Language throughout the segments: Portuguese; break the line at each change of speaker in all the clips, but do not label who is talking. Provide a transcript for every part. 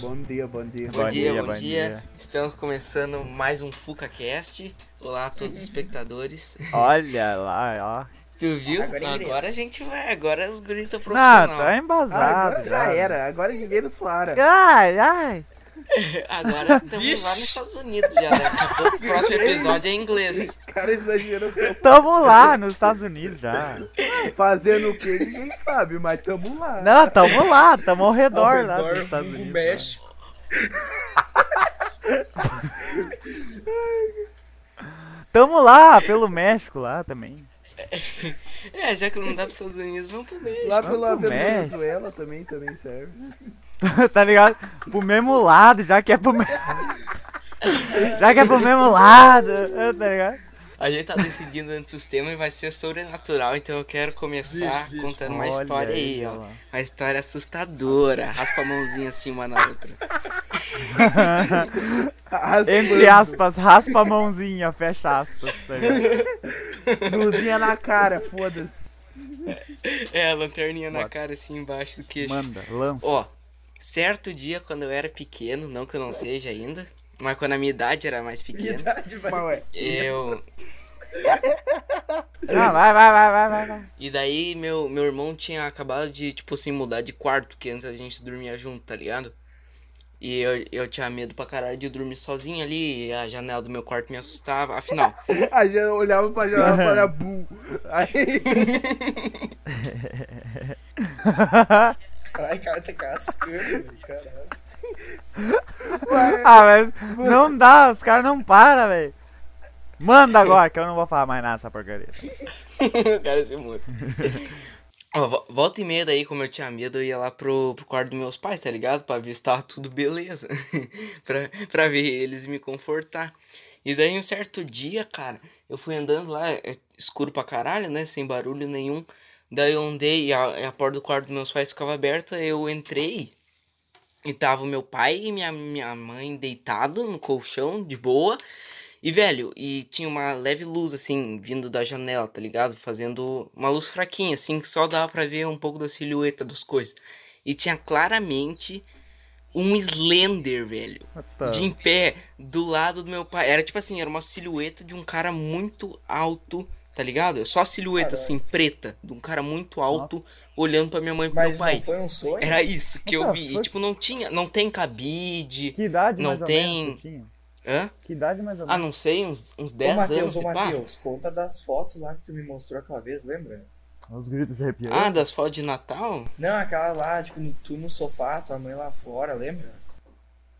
Bom dia, bom dia.
Bom, dia, bom, dia. Estamos começando mais um FucaCast. Olá a todos os espectadores.
Olha lá, ó.
Tu viu?
Agora é
Agora,
igreja.
a gente vai, agora os guris estão
Ah,
profissional.
tá
Ah,
embasado.
agora já era, agora ninguém nos para.
Ai, ai.
Agora estamos lá nos Estados Unidos já. Daqui a pouco o próximo episódio é em inglês.
O cara exagerou. seu-
Tamo lá nos Estados Unidos já.
Fazendo o que ninguém sabe, mas tamo lá.
Não, tamo lá, tamo ao redor,
Ao
lá
redor,
dos Estados né?
vulgo
Unidos.
México.
lá. né? Tamo lá, pelo México lá também.
É, já que não dá para os Estados Unidos, vamos pro México.
Lá pro lado
Quanto
da
mais?
Venezuela também, também serve.
tá ligado? Pro mesmo lado, já que é pro mesmo. já que é pro mesmo lado, é, tá ligado?
A gente tá decidindo antes o tema e vai ser sobrenatural, então eu quero começar
Vixe, vixe.
contando uma
Olha
história aí,
aí,
ó.
ó.
Uma história assustadora. Raspa a mãozinha assim uma na outra.
As
Entre aspas, raspa a mãozinha, fecha aspas. Tá ligado?
Luzinha na cara, foda-se.
É, a lanterninha na
Nossa.
cara assim embaixo do queixo.
Manda, lança.
Ó, certo dia quando eu era pequeno, não que eu não seja ainda, mas quando a minha idade era mais
Que
pequena,
idade tá vai
Mas ué,
eu.
Ah, vai, vai, vai, vai, vai, vai.
E daí meu, meu irmão tinha acabado de, tipo assim, mudar de quarto, porque antes a gente dormia junto, tá ligado? E eu, eu tinha medo pra caralho de dormir sozinho ali, e a janela do meu quarto me assustava, afinal.
a gente olhava pra janela e falava bu. Aí,
Ai, cara, tá cascando, velho, caralho.
vai,
Ah, mas não dá, os caras não param, velho. Manda agora, que eu não vou falar mais nada dessa porcaria.
o cara se muda. Ó, vo- volta e meia daí, como eu tinha medo, eu ia lá pro, pro quarto dos meus pais, tá ligado? Pra ver se tava tudo beleza. pra, pra ver eles me confortar. E daí um certo dia, cara, eu fui andando lá, é escuro pra caralho, né? Sem barulho nenhum. Daí eu andei e a, e a porta do quarto dos meus pais ficava aberta, eu entrei. E tava o meu pai e minha, minha mãe deitado no colchão, de boa. E, velho, e tinha uma leve luz, assim, vindo da janela, tá ligado? Fazendo uma luz fraquinha, assim, que só dava pra ver um pouco da silhueta das coisas. E tinha claramente um Slender, velho,
Ah,
Tá.
de em pé, do lado do meu pai. Era tipo assim, era uma silhueta de um cara muito alto, tá ligado? Só a silhueta,
Caralho.
assim, preta, de um cara muito alto, olhando pra minha mãe e pro meu
Mas não
pai.
foi um sonho?
Era isso que eu
Puta,
vi. E,
foi-
tipo, não tinha, não tem cabide.
Que idade
Não
mais ou
tem-
menos você tinha?
Hã?
Que idade mais ou
Ah,
menos?
não sei, uns, uns
Ô,
10 anos.
Matheus, ô,
e pá.
Matheus, conta das fotos lá que tu me mostrou aquela vez, lembra?
Os gritos arrepiados.
Ah, das fotos de Natal?
Não, aquela lá, tipo, no- tu no sofá, tua mãe lá fora, lembra?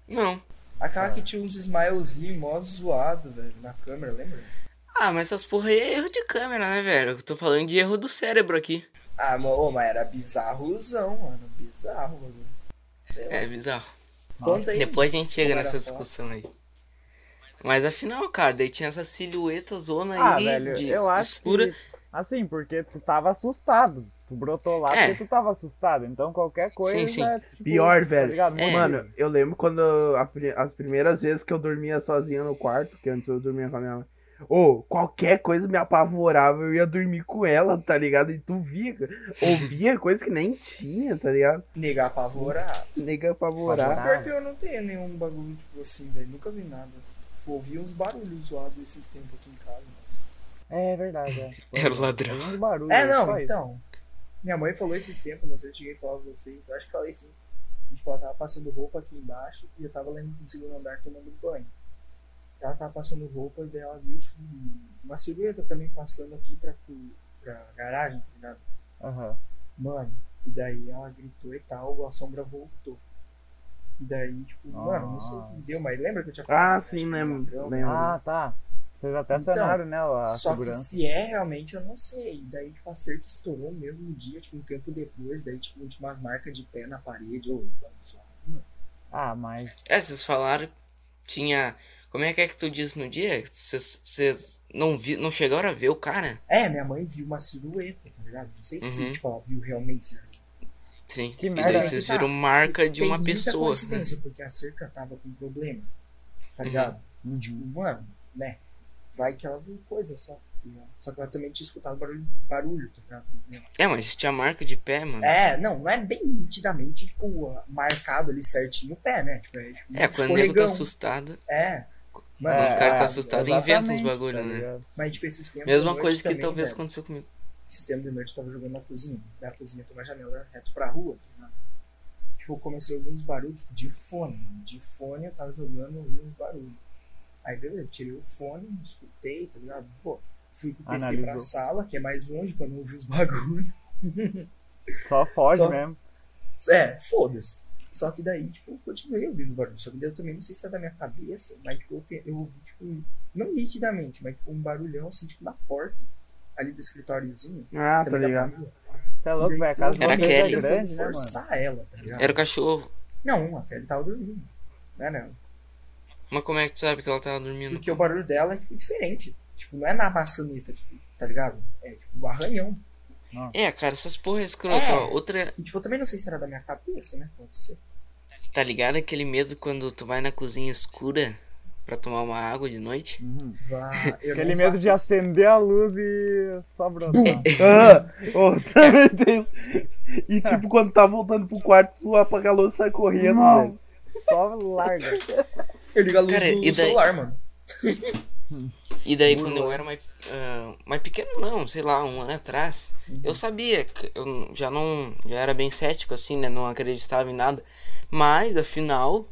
Não.
Aquela
Ah.
que tinha uns smilezinhos mó zoado, velho, na câmera, lembra?
Ah, mas essas porra aí é erro de câmera, né, velho? Eu tô falando de erro do cérebro aqui.
Ah, mas, ô, mas era bizarrozão, mano, bizarro, mano. Sei lá.
É bizarro.
Conta aí.
Depois a gente chega
Como era
nessa
a foto?
discussão aí. Mas afinal, cara, daí tinha essa silhueta zona
Ah,
aí
velho,
de
eu acho
escura.
que. Assim, porque tu tava assustado. Tu brotou lá
É.
porque tu tava assustado. Então qualquer coisa.
sim.
é, tipo,
Pior, velho.
Tá ligado?
É.
Mano, eu lembro quando a pri- as primeiras vezes que eu dormia sozinho no quarto, que antes eu dormia com a minha mãe. Ou qualquer coisa me apavorava, eu ia dormir com ela, tá ligado? E tu via, ouvia coisa que nem tinha, tá ligado?
Negar apavorado.
Nega apavorar.
Apavorar.
Pior que eu não tenho nenhum bagulho, tipo assim, velho, nunca vi nada. Tipo, Ouvi uns barulhos zoados esses tempos aqui em casa, mas...
É verdade, é.
Era o ladrão.
Fazendo barulho,
É,
só
não,
isso.
então. Minha mãe falou esses tempos, não sei se eu cheguei a falar pra vocês, eu acho que falei sim. Que, Tipo, ela tava passando roupa aqui embaixo e eu tava lá no segundo andar tomando um banho. Ela tava passando roupa e daí ela viu, tipo, uma silhueta também passando aqui pra, pro- pra garagem, tá ligado?
então.
Aham.
Mano, e daí ela gritou e tal, a sombra voltou. E daí, tipo,
Ah.
mano, não sei o que deu, mas lembra que eu tinha
Ah,
que
sim,
era, tipo,
lembro.
ladrão?
lembro.
Ah, tá. Vocês até
Então,
acionaram, né, a
Só
segurança.
que se é realmente, eu não sei. Daí, tipo, a cerca estourou no mesmo dia, tipo, um tempo depois. Daí, tipo, tinha umas marcas de pé na parede. Ou,
Ah, mas.
É, vocês falaram tinha. Como é que é que tu disse no dia? Vocês- Vocês não, vi... não chegaram a ver o cara?
é, minha mãe viu uma silhueta, tá ligado? Não sei se,
Uhum.
tipo, ela viu realmente. sabe?
Sim.
Que
E
merda,
daí
né?
vocês viram marca de
Tá, Tem
uma
muita
pessoa. né?
coincidência, porque a cerca tava com problema, tá
Uhum.
ligado?
Uhum.
Tipo, mano, né? Vai que ela viu coisa só. tá ligado? Só que ela também tinha escutado barulho, barulho tá ligado?
É, mas tinha marca de pé, mano.
É, não, não é bem nitidamente, tipo, marcado ali certinho o pé, né? Tipo, é, tipo,
É, quando o nego tá
escorregão.
assustado.
É. Mas,
Quando os caras tá
é,
assustados, inventa uns
exatamente,
bagulho,
tá
né?
ligado?
mas tipo, esses tempos.
Mesma
de noite
coisa que
também, né?
talvez
velho.
aconteceu comigo.
sistema de noite eu tava jogando na cozinha. Da cozinha tem uma janela reto pra rua. Né? Tipo, eu comecei a ouvir uns barulhos tipo, de fone. mano. De fone eu tava jogando ouvindo uns barulhos. Aí beleza, eu tirei o fone, escutei, tá ligado? Pô, fui com o PC pra
Analisou.
sala, que é mais longe pra não ouvir os barulhos.
Só foge
Só-
mesmo.
É, foda-se. Só que daí, tipo, eu continuei ouvindo o barulho. Só que daí eu também não sei se é da minha cabeça, mas tipo, eu, te- eu ouvi, tipo, não nitidamente, mas tipo, um barulhão assim, tipo, na porta, ali do escritóriozinho.
Ah, tá
também dá pra
ligado.
rua.
Você é louco,
Daí,
velho. A casa
tipo,
de
Era
vocês é
Kelly.
tentando
grande, né, mano?
forçar ela, tá ligado?
Era o cachorro.
Não, a Kelly tava tá dormindo. Não é não.
Mas como é que tu sabe que ela tava dormindo?
Porque o barulho dela é tipo, diferente. Tipo, não é na maçaneta, tipo, tá ligado? É tipo um arranhão.
É, cara, essas porra é escrota.
É.
ó. Outra,
E tipo, eu também não sei se era da minha cabeça, né? Pode ser.
tá ligado aquele medo quando tu vai na cozinha escura pra tomar uma água de noite?
Uhum.
Vá, eu
Aquele
não
medo
faço
de
isso.
acender a luz e só brotar.
Ah, oh, também tem isso. E tipo, quando tá voltando pro quarto, tu apaga a luz e sai correndo,
Não.
velho.
Só larga.
Eu ligo a luz
Cara,
do
e daí?
celular, mano.
E daí,
Burro,
quando eu
né?
era mais, ah, mais pequeno, não, sei lá, um ano atrás, eu sabia, que eu já não, já era bem cético, assim, né, não acreditava em nada, mas, afinal,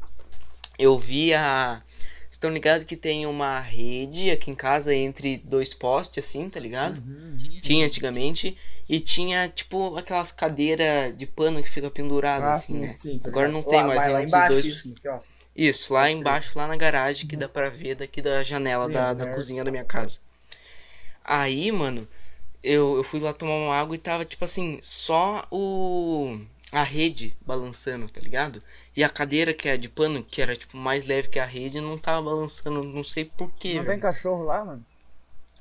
eu via, vocês estão ligados que tem uma rede aqui em casa entre dois postes, assim, tá ligado?
Uhum.
Tinha antigamente, e tinha, tipo, aquelas cadeiras de pano que fica pendurada,
Ah,
assim, né?
Sim, tá
Agora
ligado?
não tem
lá,
mais
vai lá
nenhum dos
embaixo,
dois.
isso, no quiosque.
Isso, lá embaixo, lá na garagem,
Uhum.
que dá pra ver daqui da janela da, da
Deserto.
cozinha da minha casa. Aí, mano, eu, eu fui lá tomar uma água e tava, tipo assim, só o a rede balançando, tá ligado? E a cadeira que é de pano, que era, tipo, mais leve que a rede, não tava balançando, não sei porquê,
Não tem
velho.
cachorro lá, mano?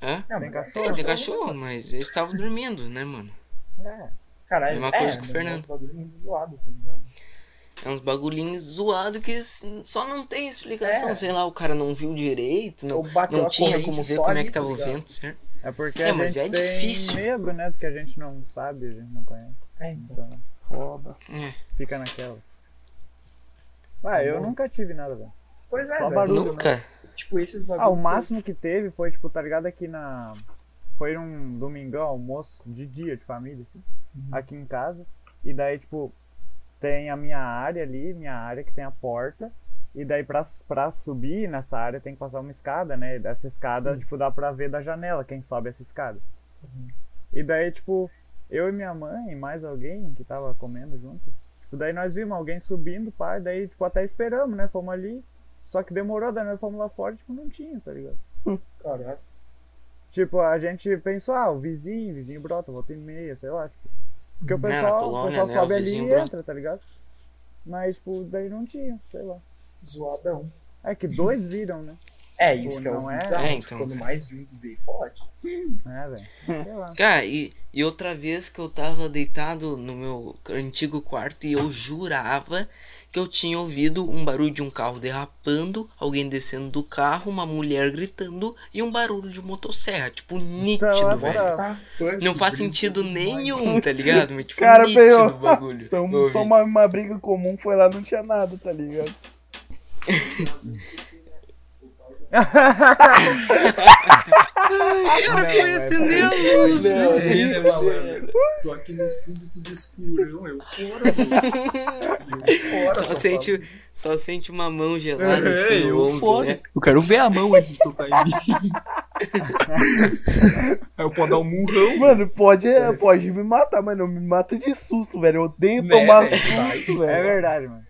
Hã?
Não,
Tem
mas-
cachorro?
Tem cachorro, mas eles estavam dormindo, né, mano?
É.
Caralho,
Mesma coisa
é,
que o
mas
Fernando.
nosso bagulho é muito zoado, tá ligado?
É uns bagulhinhos zoados que s- só não tem explicação,
É.
sei lá, o cara não viu direito, não,
Ou bateu
não
a
tinha
corrente
como ver
só
como é
ali, tá
que tava o
ligado?
vento, certo?
É porque
É,
a
mas
gente
é
tem
difícil.
medo, né? Porque a gente não sabe, a gente não conhece.
É, então.
Então,
Foda.
É.
fica naquela. Ah, eu nunca tive nada, velho.
Pois é,
Só
velho.
barulho.
Nunca?
Tipo, esses bagulhos.
Ah, o máximo que teve foi, tipo, tá ligado aqui na. Foi um domingão, almoço de dia de família, assim,
Uhum.
aqui em casa. E daí, tipo, tem a minha área ali, minha área que tem a porta. E daí, pra, pra subir nessa área, tem que passar uma escada, né? E Essa escada,
Sim. Uhum.
tipo, dá pra ver da janela quem sobe essa escada. E daí, tipo, eu e minha mãe, e mais alguém que tava comendo junto. Tipo, daí nós vimos alguém subindo, pá, e daí, tipo, até esperamos, né? Fomos ali. Só que demorou, daí nós fomos lá fora, tipo, não tinha, tá ligado?
Caralho.
Tipo, a gente pensou, ah, o vizinho, vizinho brota, volta e meia, sei lá. Tipo, porque o
na
pessoal,
colônia,
o pessoal
né, o
sobe ali
vizinho
e
brota.
entra, tá ligado? Mas, tipo, daí não tinha, sei lá.
Zoadão.
É que dois viram, né?
É isso que é
não
os
é?
bizarros.
É, então.
Quando mais de um vê, fode.
É, velho. Sei lá.
Cara, e, e outra vez que eu tava deitado no meu antigo quarto e eu jurava que eu tinha ouvido um barulho de um carro derrapando, alguém descendo do carro, uma mulher gritando e um barulho de motosserra, tipo, nítido,
Então,
velho.
tá.
Tá funk,
Não faz
brisa
sentido
demais.
nenhum, tá ligado? Mas, tipo,
Cara,
nítido
meu,
o bagulho.
Então,
Eu ouvi.
só uma, uma briga comum foi lá, não tinha nada, tá ligado?
Ai, cara,
Não,
foi
é-
acender a luz,
Não,
né?
né, malandro? Tô aqui no fundo tudo escurão, eu fora, mano. Eu fora,
Só
só
sente,
falo isso.
só sente uma mão gelada
É,
assim, no ombro, né?
Eu quero ver a mão antes de tocar em mim. Aí eu posso dar um murrão.
Mano, pode,
Sério.
pode me matar, mas não me mata de susto, velho. Eu odeio
Né,
tomar
velho?
susto,
Sai.
velho.
É verdade, mano.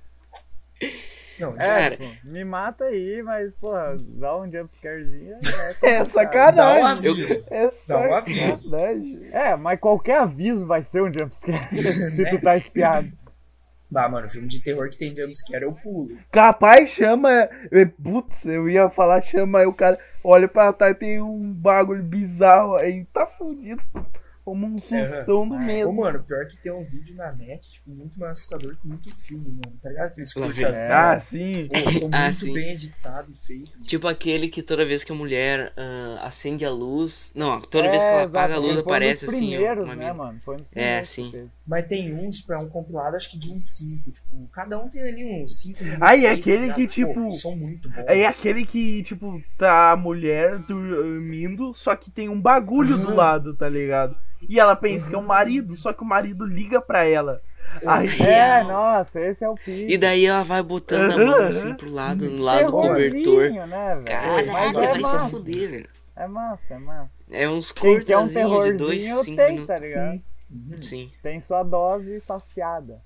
Não,
É,
Cara.
tipo, me mata aí, mas, porra, dá um jumpscarezinho. É,
É
dá um
sacanagem.
aviso.
É
Dá um
sacanagem.
é, mas qualquer aviso vai ser um jumpscare se
Né?
tu tá espiado.
Bah, mano, filme de terror que tem jumpscare, eu pulo.
Capaz chama. eh, Putz, eu ia falar, chama aí o cara. Olha pra trás, tem um bagulho bizarro aí. Tá fudido. Como um sustão do
Ô,
mesmo.
mano, pior que tem uns vídeos na net, tipo, muito mais assustador que muito filme, mano. Tá ligado? Aqueles
Lá
curtas
vem.
assim,
Ah, sim.
pô, são muito
Ah, sim.
bem editados e feitos.
Tipo aquele que toda vez que a mulher ah, acende a luz. Não, toda
É,
vez que ela
exato,
apaga a luz
ele foi um dos
aparece assim, ó,
primeiros,
uma
né,
mina.
mano? Foi um dos
É,
primeiros que
sim.
fez.
Mas tem uns, tipo, é um compilado, acho que de uns cinco. Tipo, cada um tem ali uns cinco minutos.
Ah, e
seis,
aquele
tá
que,
ligado? Pô,
tipo,
São muito bons.
É aquele que, tipo, tá a mulher dormindo, só que tem um bagulho do
Uhum.
lado, tá ligado? E ela pensa que é o marido, só que o marido liga pra ela. Aí,
É, nossa, esse é o pique.
E daí ela vai botando a
Aham,
mão assim
aham.
pro lado, no lado do
Terrorzinho,
cobertor.
né, velho?
Cara,
Mas
você
é
vai se
massa.
fuder, velho.
É massa, é massa.
É uns
Quem quer um
curtazinhos de dois,
terrorzinho,
cinco
tem, tá
minutos. assim.
ligado?
Sim.
Tem sua dose saciada.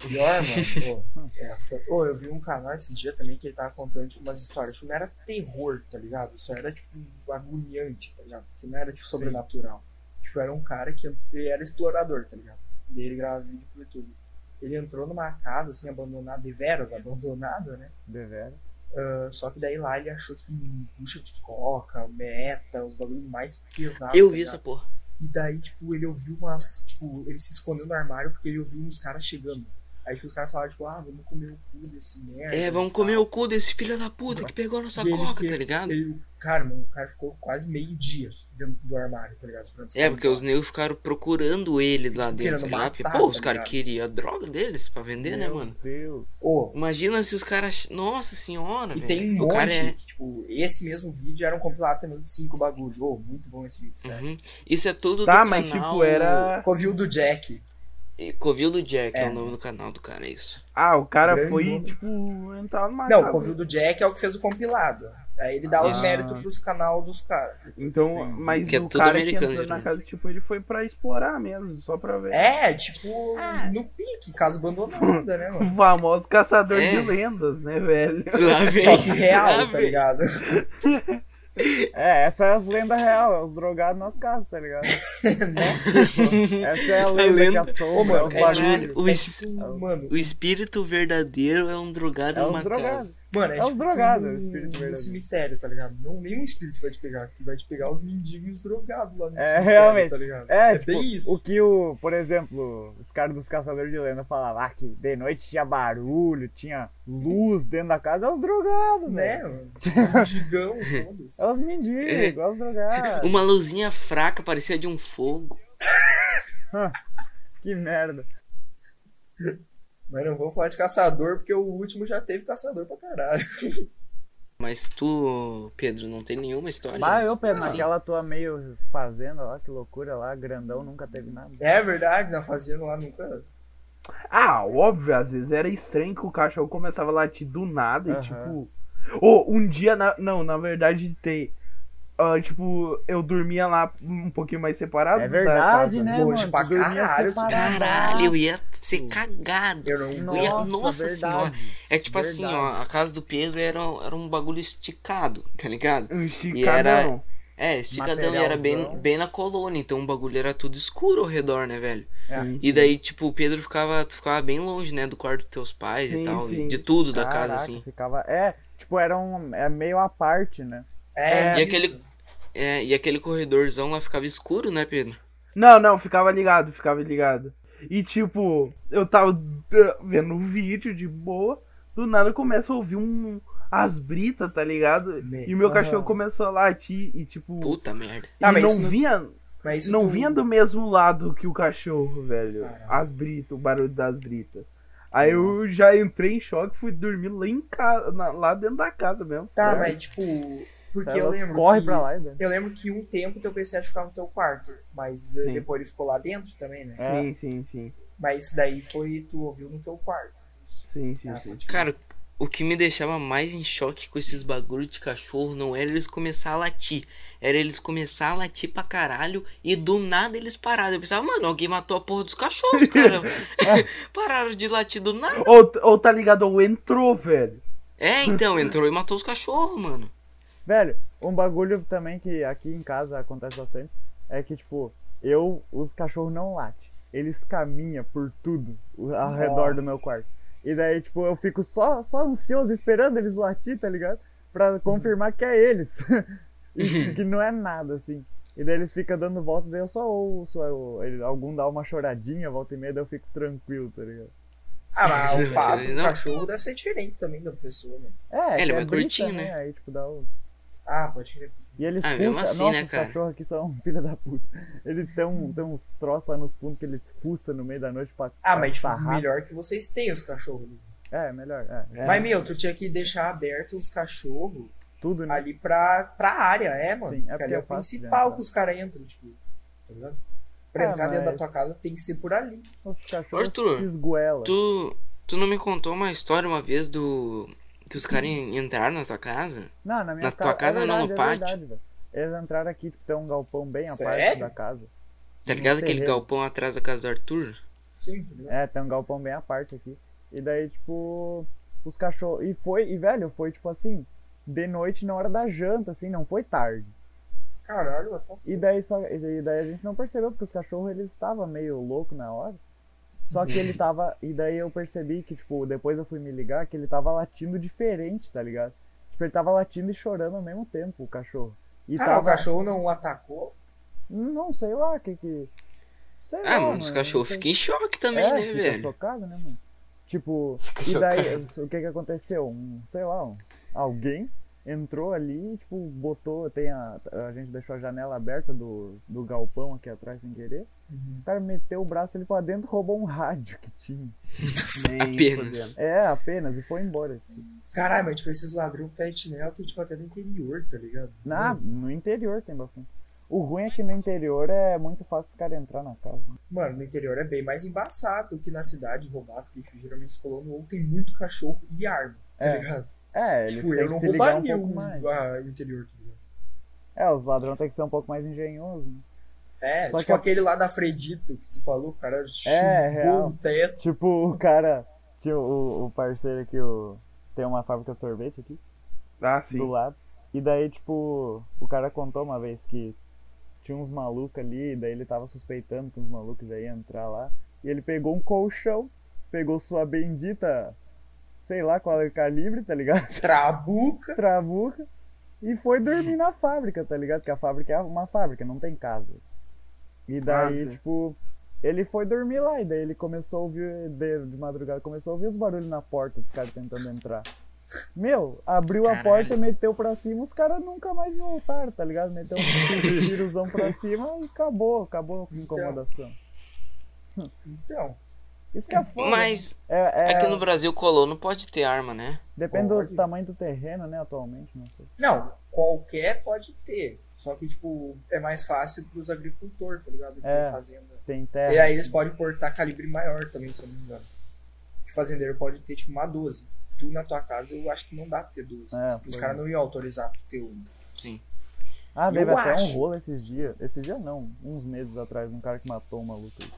Pior, mano. Pô, é, essa... Pô, eu vi um canal esses dias também que ele tava contando tipo, umas histórias que não era terror, tá ligado? Só era, tipo, agoniante, tá ligado? Que não era, tipo, sobrenatural. Tipo, era um cara que ele era explorador, tá ligado? E ele grava vídeo pro YouTube. Ele entrou numa casa, assim, abandonada, de veras abandonada, né?
Deveras.
Ah, só que daí lá ele achou, tipo, bucha de coca, um meta, os bagulhos mais pesados.
Eu
tá
vi
ligado?
essa porra.
E daí, tipo, ele ouviu umas. Tipo, ele se escondeu no armário porque ele ouviu uns caras chegando. Aí tipo, os caras falaram, tipo, ah, vamos comer o cu desse merda.
É, vamos comer o cu desse filho da puta que pegou a nossa
E ele
coca,
se-
tá ligado?
Ele, cara, mano, o cara ficou quase meio dia dentro do armário, tá ligado? Esperando os
É,
caras
porque os negros ficaram procurando ele lá
Querendo
dentro, lá, porque,
matar,
pô,
tá
os caras
ligado?
queriam a droga deles pra vender, né,
Meu
mano?
Deus.
Ô,
Imagina se os caras. Nossa senhora,
e
velho.
tem um
o
monte,
cara Hum, é.
que, tipo, esse mesmo vídeo era um compilado também de cinco bagulhos. Ô, muito bom esse vídeo, sério.
Uhum. Isso é tudo
tá,
do
mas
canal...
tipo,
Uhum.
era.
Covil do Jack.
E Covil do Jack é.
É.
o nome do canal do cara, é isso.
Ah, o cara
Grande
foi,
nome.
tipo, entrar numa
Não, o
casa.
Covil do Jack é o que fez o compilado. Aí ele dá
Ah.
os méritos pros canal dos caras.
Então, mas
Que é
o
tudo
cara que
americano,
entrou na
geralmente.
casa, tipo, ele foi pra explorar mesmo, só pra ver.
É, tipo, no pique, casa abandonada, né, mano?
O famoso caçador
É.
de lendas, né, velho?
Lá vem.
Só que
lá
real, tá
vem.
ligado?
É, essa é as lendas real, é os drogados nas casas, tá ligado? Essa é a lenda,
lenda.
que assombra,
Ô, mano,
os
é
barulhos.
tipo-
tipo,
o
é
es-
tipo, mano,
O espírito verdadeiro é um drogado
É
em
os
uma
drogados.
casa.
mano, é,
é um
tipo
drogado,
tudo
o espírito
no,
verdadeiro.
cemitério, tá ligado? Não, nenhum espírito vai te pegar, que vai te pegar os mendigos e os drogados lá no
É,
cemitério,
realmente.
tá ligado?
É,
É
tipo,
bem isso.
o que o, por exemplo, os caras dos caçadores de lenda falavam, ah, que de noite tinha barulho, tinha luz dentro da casa, é os drogados,
Né,
né?
mano? Mendigão, foda-se.
É os mendigos, é os
Ah.
drogados.
Uma luzinha fraca parecia de um fogo.
Que merda.
Mas não vou falar de caçador, porque o último já teve caçador pra caralho.
Mas tu, Pedro, não tem nenhuma história.
Mas eu, Pedro,
Sim.
naquela tua meio fazenda lá, que loucura lá, grandão, nunca teve nada.
É verdade, na fazenda lá nunca.
Ah, óbvio, às vezes era estranho que o cachorro começava a latir do nada
Aham.
e tipo. Ou um dia, na- não, na verdade tem. ah, tipo, eu dormia lá um pouquinho mais separado.
É
da
verdade,
casa.
né,
Longe
mano?
pra
Tu dormia
caralho,
separado.
Caralho, eu ia ser cagado.
Eu não.
Eu ia-
Nossa,
Nossa
verdade.
É tipo assim,
Verdade.
ó, a casa do Pedro era, era um bagulho esticado, tá ligado?
Um
era-
esticadão.
É, esticadão e era bem,
Materialzão.
bem na colônia, então o bagulho era tudo escuro ao redor, né, velho?
Sim.
É.
E daí, tipo, o Pedro ficava, tu ficava bem longe, né, do quarto dos teus pais
Sim,
e tal, e
sim.
de tudo da
Caraca,
casa, assim.
Ficava, é, tipo, era um, é meio à parte, né?
É,
E
isso.
aquele- É, e aquele corredorzão lá ficava escuro, né, Pedro?
Não, não, ficava ligado, ficava ligado. E tipo, eu tava ah, vendo um vídeo de boa, do nada eu começo a ouvir um. As britas, tá ligado?
Me-
E o meu
Aham.
cachorro começou a latir e tipo.
Puta merda.
Tá,
e
mas isso
não
não-
vinha.
Mas isso
não
tu-
vinha do mesmo lado que o cachorro, velho.
Caralho.
As britas, o barulho das britas. Aí eu já entrei em choque, fui dormir lá em casa, lá dentro da casa mesmo.
Tá,
É.
mas tipo. Porque
Né? Ela
eu lembro.
Corre
que-
pra lá e dentro.
Eu lembro que um tempo teu PC ficava no teu quarto, mas eh,
Sim.
depois ele ficou lá dentro também, né?
É.
Sim, sim, sim.
Mas isso daí foi, tu ouviu no teu quarto.
Sim, sim,
Ah,
sim.
Cara, o que me deixava mais em choque com esses bagulho de cachorro não era eles começar a latir. Era eles começar a latir pra caralho e do nada eles pararam. Eu pensava, mano, alguém matou a porra dos cachorros, cara. Pararam de latir do nada.
Ou, ou tá ligado, ou entrou, velho.
É, então, entrou e matou os cachorros, mano.
Velho, um bagulho também que aqui em casa acontece bastante é que, tipo, eu, os cachorros não latem. Eles caminham por tudo o- ao
Nossa.
redor do meu quarto. E daí, tipo, eu fico só, só ansioso esperando eles
Uhum.
latir, tá ligado? Pra confirmar que é eles. E que não é nada, assim. E daí eles ficam dando volta, daí eu só ouço eu- ele- algum dá uma choradinha, volta e meia, daí eu fico tranquilo, tá ligado?
Ah, mas o passo do
Não.
cachorro deve ser diferente também da pessoa, né?
É,
É, ele
que
é mais
brita,
curtinho, né?
Aí, tipo, dá os...
Ah, pode crer.
E eles
Ah,
puxam,
mesmo assim,
nossa,
né,
os
cara?
cachorros aqui são filha da puta. Eles têm, um, têm uns troços lá nos fundos que eles fuçam no meio da noite pra
Ah,
pra
mas tipo,
sarrar.
melhor que vocês tenham os cachorros. né?
É, melhor, é. é
Mas, meu, tu tinha que deixar aberto os cachorros
tudo, né?
ali pra, pra área, é, mano.
Sim, é
Porque
porque
ali é
é
o
fácil de
principal
entrar.
que os caras entram, tipo. Tá ligado? Pra
Ah,
entrar dentro da
mas-
tua casa tem que ser por ali.
Os cachorros
Arthur,
se esgoelam.
Tu, tu não me contou uma história uma vez do. Que os caras entraram na tua casa?
Não, na minha
Na tua casa,
é
não, no
verdade, é
pátio.
verdade, velho. eles entraram aqui, tipo, tem um galpão bem à parte
Sério?
da casa.
Tá ligado aquele
terreno.
galpão atrás da casa do Arthur?
Sim, tá ligado?
É, tem um galpão bem à parte aqui. E daí, tipo, os cachorros. E foi, e velho, foi tipo assim, de noite na hora da janta, assim, não foi tarde.
Caralho, what the
E daí, só, e daí a gente não percebeu, porque os cachorros eles estavam meio louco na hora. Só que ele tava. E daí eu percebi que, tipo, depois eu fui me ligar que ele tava latindo diferente, tá ligado? Tipo, ele tava latindo e chorando ao mesmo tempo, o cachorro. E
Ah,
Cara, o
tava.
cachorro não o atacou.
Não, sei lá, que que. Sei lá.
Ah, mano, os
não
cachorros
sei.
ficam em choque também,
é,
né,
fica
velho?
chocado, né, mano? Tipo,
Fica
e daí, o que que aconteceu? Um, sei lá, um- alguém entrou ali e, tipo, botou, tem a, a gente deixou a janela aberta do, do galpão aqui atrás sem querer.
Uhum.
O cara meteu o braço ali pra dentro, roubou um rádio que tinha.
Nem
Apenas.
fudendo.
É, apenas, e foi embora.
Caralho, mas tipo, esses ladrão pet nela tem tipo até no interior, tá ligado?
Uhum.
Na, no interior tem bastante. O ruim é que no interior é muito fácil os caras entrar na casa.
Mano, no interior é bem mais embaçado que na cidade roubar, porque tipo, geralmente os colonos ou tem muito cachorro e arma, tá
É,
ligado?
É, eles
Tipo,
têm
eu
que
não
se ligar um
roubaria
pouco
o,
mais.
a- o interior, tá ligado?
É, os ladrões têm que ser um pouco mais engenhosos. né?
É,
Só
tipo
que a-
aquele lá da Fredito que tu falou, o cara
real.
chegou o teto.
Tipo, o cara. Tinha o, o parceiro aqui, o, tem uma fábrica de sorvete aqui
Ah, sim.
do lado. E daí, tipo, o cara contou uma vez que tinha uns malucos ali, e daí ele tava suspeitando que uns malucos já iam entrar lá. E ele pegou um colchão, pegou sua bendita, sei lá qual é o calibre, tá ligado?
Trabuca.
Trabuca. E foi dormir na fábrica, tá ligado? Porque a fábrica é uma fábrica, não tem casa. E daí,
sim.
tipo, ele foi dormir lá, e daí ele começou a ouvir, de, de madrugada, começou a ouvir os barulhos na porta dos caras tentando entrar. Meu, abriu a
Caralho.
porta, meteu pra cima, os caras nunca mais voltaram, tá ligado? Meteu um tirozão pra cima e acabou, acabou a incomodação.
Então,
Isso que é foda.
Mas
né? é, é-
aqui no Brasil, colono pode ter arma, né?
Depende
Pode.
do tamanho do terreno, né, atualmente, não sei.
não, qualquer pode ter. Só que, tipo, é mais fácil pros agricultores, tá ligado? Que
É.
tem fazenda.
Tem
E
terra.
aí eles podem portar calibre maior também, se eu não me engano. O fazendeiro pode ter tipo uma 12. Tu na tua casa eu acho que não dá pra ter 12.
É,
Os
pois
caras
é.
não iam autorizar tu ter um.
Sim.
Ah,
Eu
teve até
acho.
um rolo esses dias. Esses dias não, uns meses atrás, um cara que matou um maluco aí,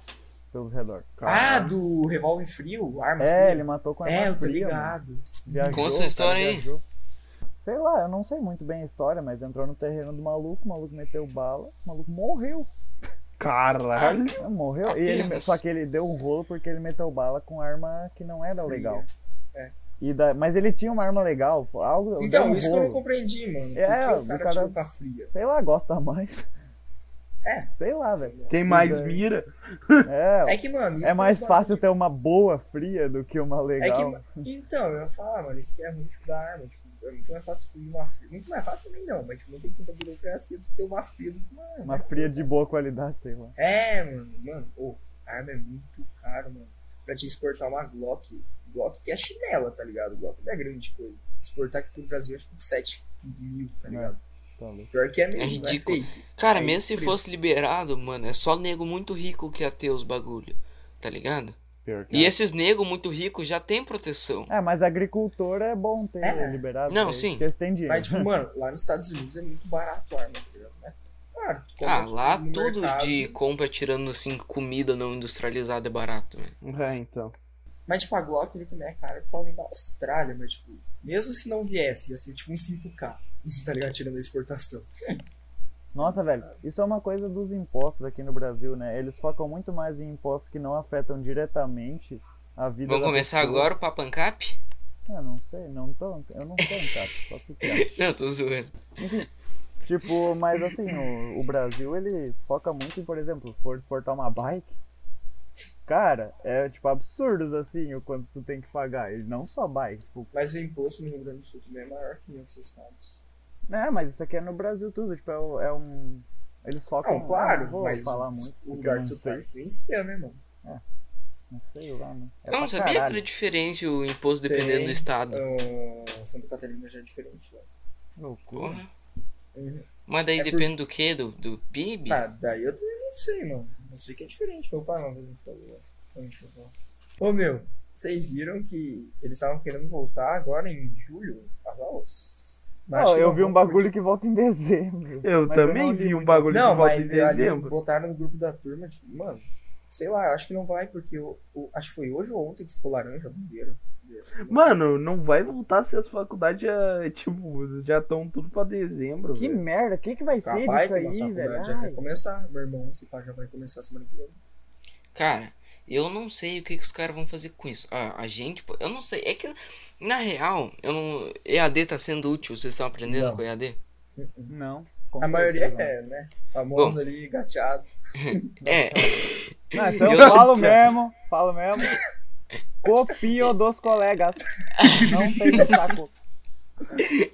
pelo redor.
Ah, do revólver frio, arma
É, ele
fria.
matou com a
Ah, é, eu tô
fria, mano.
ligado.
Viajou,
Conta essa
o cara
história aí.
viajou. Sei lá, eu não sei muito bem a história, mas entrou no terreno do maluco, o maluco meteu bala, o maluco morreu.
Caralho.
É, Morreu. E ele,
Apenas.
só que ele deu um rolo porque ele meteu bala com arma que não era
Fria.
legal.
É.
E da, mas ele tinha uma arma legal, algo. deu
Então,
um
isso que eu não
rolo.
compreendi, mano.
É,
Por que
o
o cara,
cara-
tirou com a fria?
Sei lá, gosta mais.
É.
Sei lá, velho.
Tem mais
Isso aí.
mira?
É,
É que, mano, isso
É
que
mais
eu-
fácil ter uma boa fria do que uma
É
legal. né?
que, então, eu ia falar, mano, isso que é ruim tipo, da arma. Tipo, é muito mais fácil tu ir uma fria. Muito mais fácil também não, mas tipo, não tem tanta burocracia tu ter uma fria do que uma arma.
Uma fria de boa qualidade, sei lá.
É, mano, mano, ô, a arma é muito caro, mano. Pra te exportar uma Glock, Glock que é chinela, tá ligado? Glock não é grande coisa. Exportar aqui pro Brasil é tipo 7 mil, tá ligado?
Tá louco.
Pior que é mesmo,
É
não é
ridículo.
fake.
Cara,
É
mesmo
isso,
se
por isso.
fosse liberado, mano, é só nego muito rico que ia ter os bagulho. Tá ligado? E esses nego muito ricos já tem proteção.
É, mas agricultor é bom ter
É.
liberado.
Não,
né?
sim.
Porque eles têm dinheiro.
Mas, tipo, mano, lá nos Estados Unidos é muito barato a arma, tá ligado? Não É claro. tu compra,
Ah,
tipo,
lá
no
tudo
mercado.
de compra tirando assim comida não industrializada é barato, velho.
É, então.
Mas, tipo, a Glock ele também é cara porque ela vem da Austrália, mas, tipo, mesmo se não viesse, ia ser tipo um 5K, tá ligado? Tirando a exportação.
Nossa, velho, isso é uma coisa dos impostos aqui no Brasil, né? Eles focam muito mais em impostos que não afetam diretamente a vida
Vamos
da
começar
pessoa. É,
agora o Papo Ancap?
Ah, não sei, não tô, eu não tô, cara. Só que, cara.
Não, tô zoando.
Tipo, mas assim, o, o Brasil ele foca muito em, por exemplo, for exportar uma bike. Cara, é tipo absurdos assim o quanto tu tem que pagar. E não só bike, tipo,
Mas o imposto no Rio Grande do Sul também é maior que em outros estados.
né, mas isso aqui é no Brasil tudo, tipo, é, o- é um. Eles focam.
Não, claro,
ah, não vou
mas
falar muito.
O
porque
lugar
não
que tu tá
sei,
influencia, né, mano?
Não sei lá, né? É
Eu não
pra
sabia que
caralho.
era diferente o imposto dependendo
Tem.
do estado.
Hum.
Ah, Santa Catarina já é diferente. Né?
Loucura.
Porra.
Uhum.
Mas daí
É por-
depende do quê? Do, do PIB?
Ah, daí eu também não sei, mano. Não sei que é diferente. Meu pai uma vez me falou. ó, me falou. Ô, meu, vocês viram que eles estavam querendo voltar agora em julho as aulas? Mas acho
Não,
que
eu
não
vi um
vão,
bagulho que volta em dezembro.
Eu
mas
também
não li
vi um
muito.
porque-
bagulho que
Não,
volta
mas é,
em
ali
dezembro.
botaram no grupo da turma, tipo, mano, sei lá, eu acho que não vai, porque eu, eu- acho que foi hoje ou ontem que ficou laranja a bandeira.
Mano, não vai voltar se as faculdades já, tipo, já estão tudo pra dezembro.
Que
velho.
merda, o que, que vai ser disso
Capaz, que nossa
aí, velho?
faculdade já vai
Ai.
começar. Meu irmão, se pá, já vai começar semana que vem.
Cara, eu não sei o que, que os caras vão fazer com isso. Ah, A, a gente, pô, eu não sei. É que, na real, eu não. EAD tá sendo útil, vocês estão aprendendo
Não.
com EAD?
Não. com
A maioria
certeza
é, né? Famoso ali, gateado.
É,
não. Não, isso eu
Eu-
falo mesmo, falo mesmo. Copio dos colegas. Não tem saco.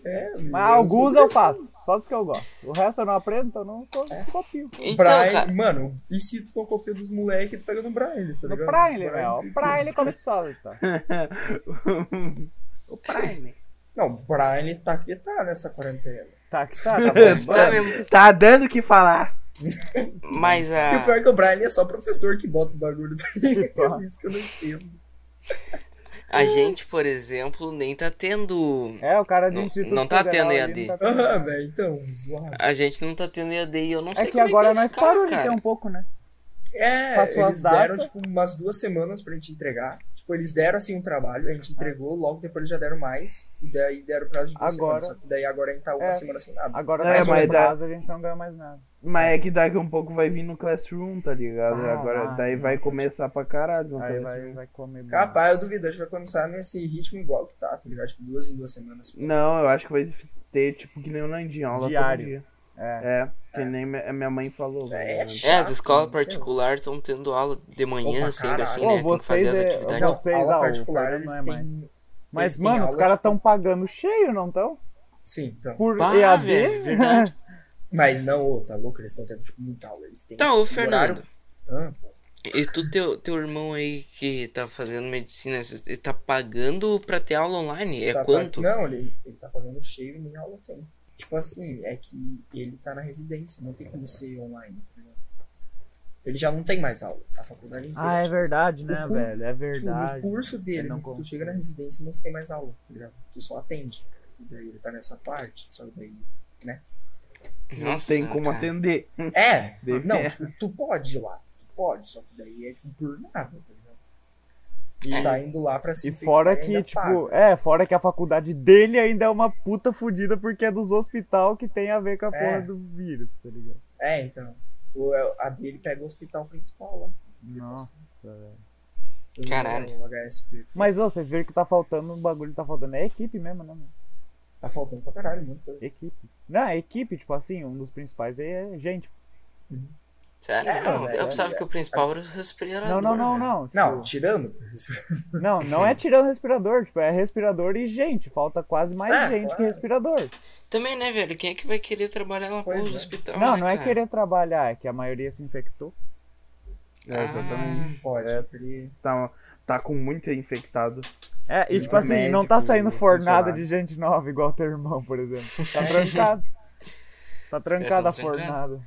É,
Mas alguns eu faço, só dos que eu gosto. O resto eu não aprendo, então eu não co- copio. pô.
então,
Brian,
cara.
mano, e se tu for copia dos moleques, tu pega no Braille,
No
tá
né?
ligado?
Prime, velho. O Prime começou, tá?
o Prime.
Não, Braille tá que tá nessa quarentena.
Tá que tá, tá
Tá
bombando.
mesmo.
Tá dando o que falar.
Mas
E
a.
o pior é que o Braille é só professor que bota os bagulho, tá ligado?
Porra.
Isso que eu não entendo. é.
A gente, por exemplo, nem tá tendo.
É, o cara de
Não-
instituto
não tá
federal
tendo
ali,
EAD.
não tá tendo
Aham,
nada.
velho, então, zoado.
A gente não tá tendo EAD e eu não sei
É que
como
agora
é que vai
nós
ficar,
paramos de ter
cara.
um pouco, né?
É,
Passou
eles
as datas.
deram, tipo, umas duas semanas pra gente entregar. Tipo, eles deram, assim, um trabalho, a gente entregou, logo depois eles já deram mais. E daí deram prazo de duas
Agora-
semanas. Só que daí agora a gente tá uma
É.
semana sem nada.
Agora
É,
nós
mas
no
dá-
prazo, um a gente não ganha mais nada.
Mas é que daqui a um pouco vai vir no Classroom, tá ligado?
Ah,
Agora
vai.
daí vai começar pra caralho. no
Aí vai,
Classroom.
vai comer. bem.
Capaz, eu duvido, a gente vai começar nesse ritmo igual que tá, tá ligado? Tipo, duas em duas semanas.
Não, eu acho que vai ter, tipo, que nem o Nandinho, aula
Diário.
todo dia.
É.
É, que nem mi- minha mãe falou.
É,
velho.
chato,
É, as escolas
mano, sei lá.
particulares estão tendo aula de manhã,
Opa,
sempre assim,
caralho.
né?
Ô,
Tem que fazer as
vocês é-
atividades.
Não, vocês, ah, o
particular,
Fernando
eles
não é
têm...
Mas,
eles têm
mano, os
aula,
caras
tipo,
estão pagando cheio, não estão?
Sim, então.
Por
Bah,
EAD?
velho, verdade.
Mas não, ô, tá louco? Eles estão tendo, tipo, muita aula. Eles têm
Tá, ô
um horário-
Fernando.
Ah,
E tu, teu, teu irmão aí que tá fazendo medicina, ele tá pagando pra ter aula online? É
tá
quanto?
pag- Não, ele, ele tá pagando cheio e nem aula tem. Tipo assim, é que ele tá na residência, não tem como ser online. tá ligado? Ele já não tem mais aula, a faculdade inteira. Tipo,
Ah, é verdade, né,
O cu-
velho? É
Tipo,
verdade.
No curso dele,
Ele não
tu
consegue.
chega na residência e não tem mais aula, tá ligado? Tu só atende. E daí ele tá nessa parte, só que daí.
Não tem como
cara.
atender.
É!
Deve-
Não, tipo, tu pode ir lá, tu pode, só que daí é tipo por nada, tá ligado? E
É.
tá indo lá pra se
E
infectar
fora
e
que,
ainda
tipo,
paga.
é, fora que a faculdade dele ainda é uma puta fudida porque é dos hospital que tem a ver com a
É.
porra do vírus, tá ligado?
É, então. O- A dele pega o hospital principal lá.
Nossa, velho.
O-
Caralho.
O HSP.
Mas, ô, vocês viram que tá faltando, o bagulho tá faltando. É equipe mesmo, né? mano?
Tá faltando pra caralho, muita coisa.
Equipe. Não, é equipe, tipo assim, um dos principais aí é gente.
Sério?
É,
não,
não,
eu
velho,
pensava
é-
que o principal era o respirador.
Não, não, não, Ah, não.
Não,
tipo,
tirando.
Não, não é tirando respirador, tipo, é respirador e gente. Falta quase mais
É,
gente que
claro.
respirador.
Também, né, velho? Quem é que vai querer trabalhar na porra
Pois
do
é.
hospital?
Não,
né,
não é
cara?
querer trabalhar, é que a maioria se infectou.
Ah.
É, exatamente.
Pode. Ele...
Tá, tá com muito infectado.
É, e tipo
É
assim, não tá
médico,
saindo fornada
funcionário.
de gente nova igual teu irmão, por exemplo. Tá trancado. tá trancada a
Vocês tão
fornada.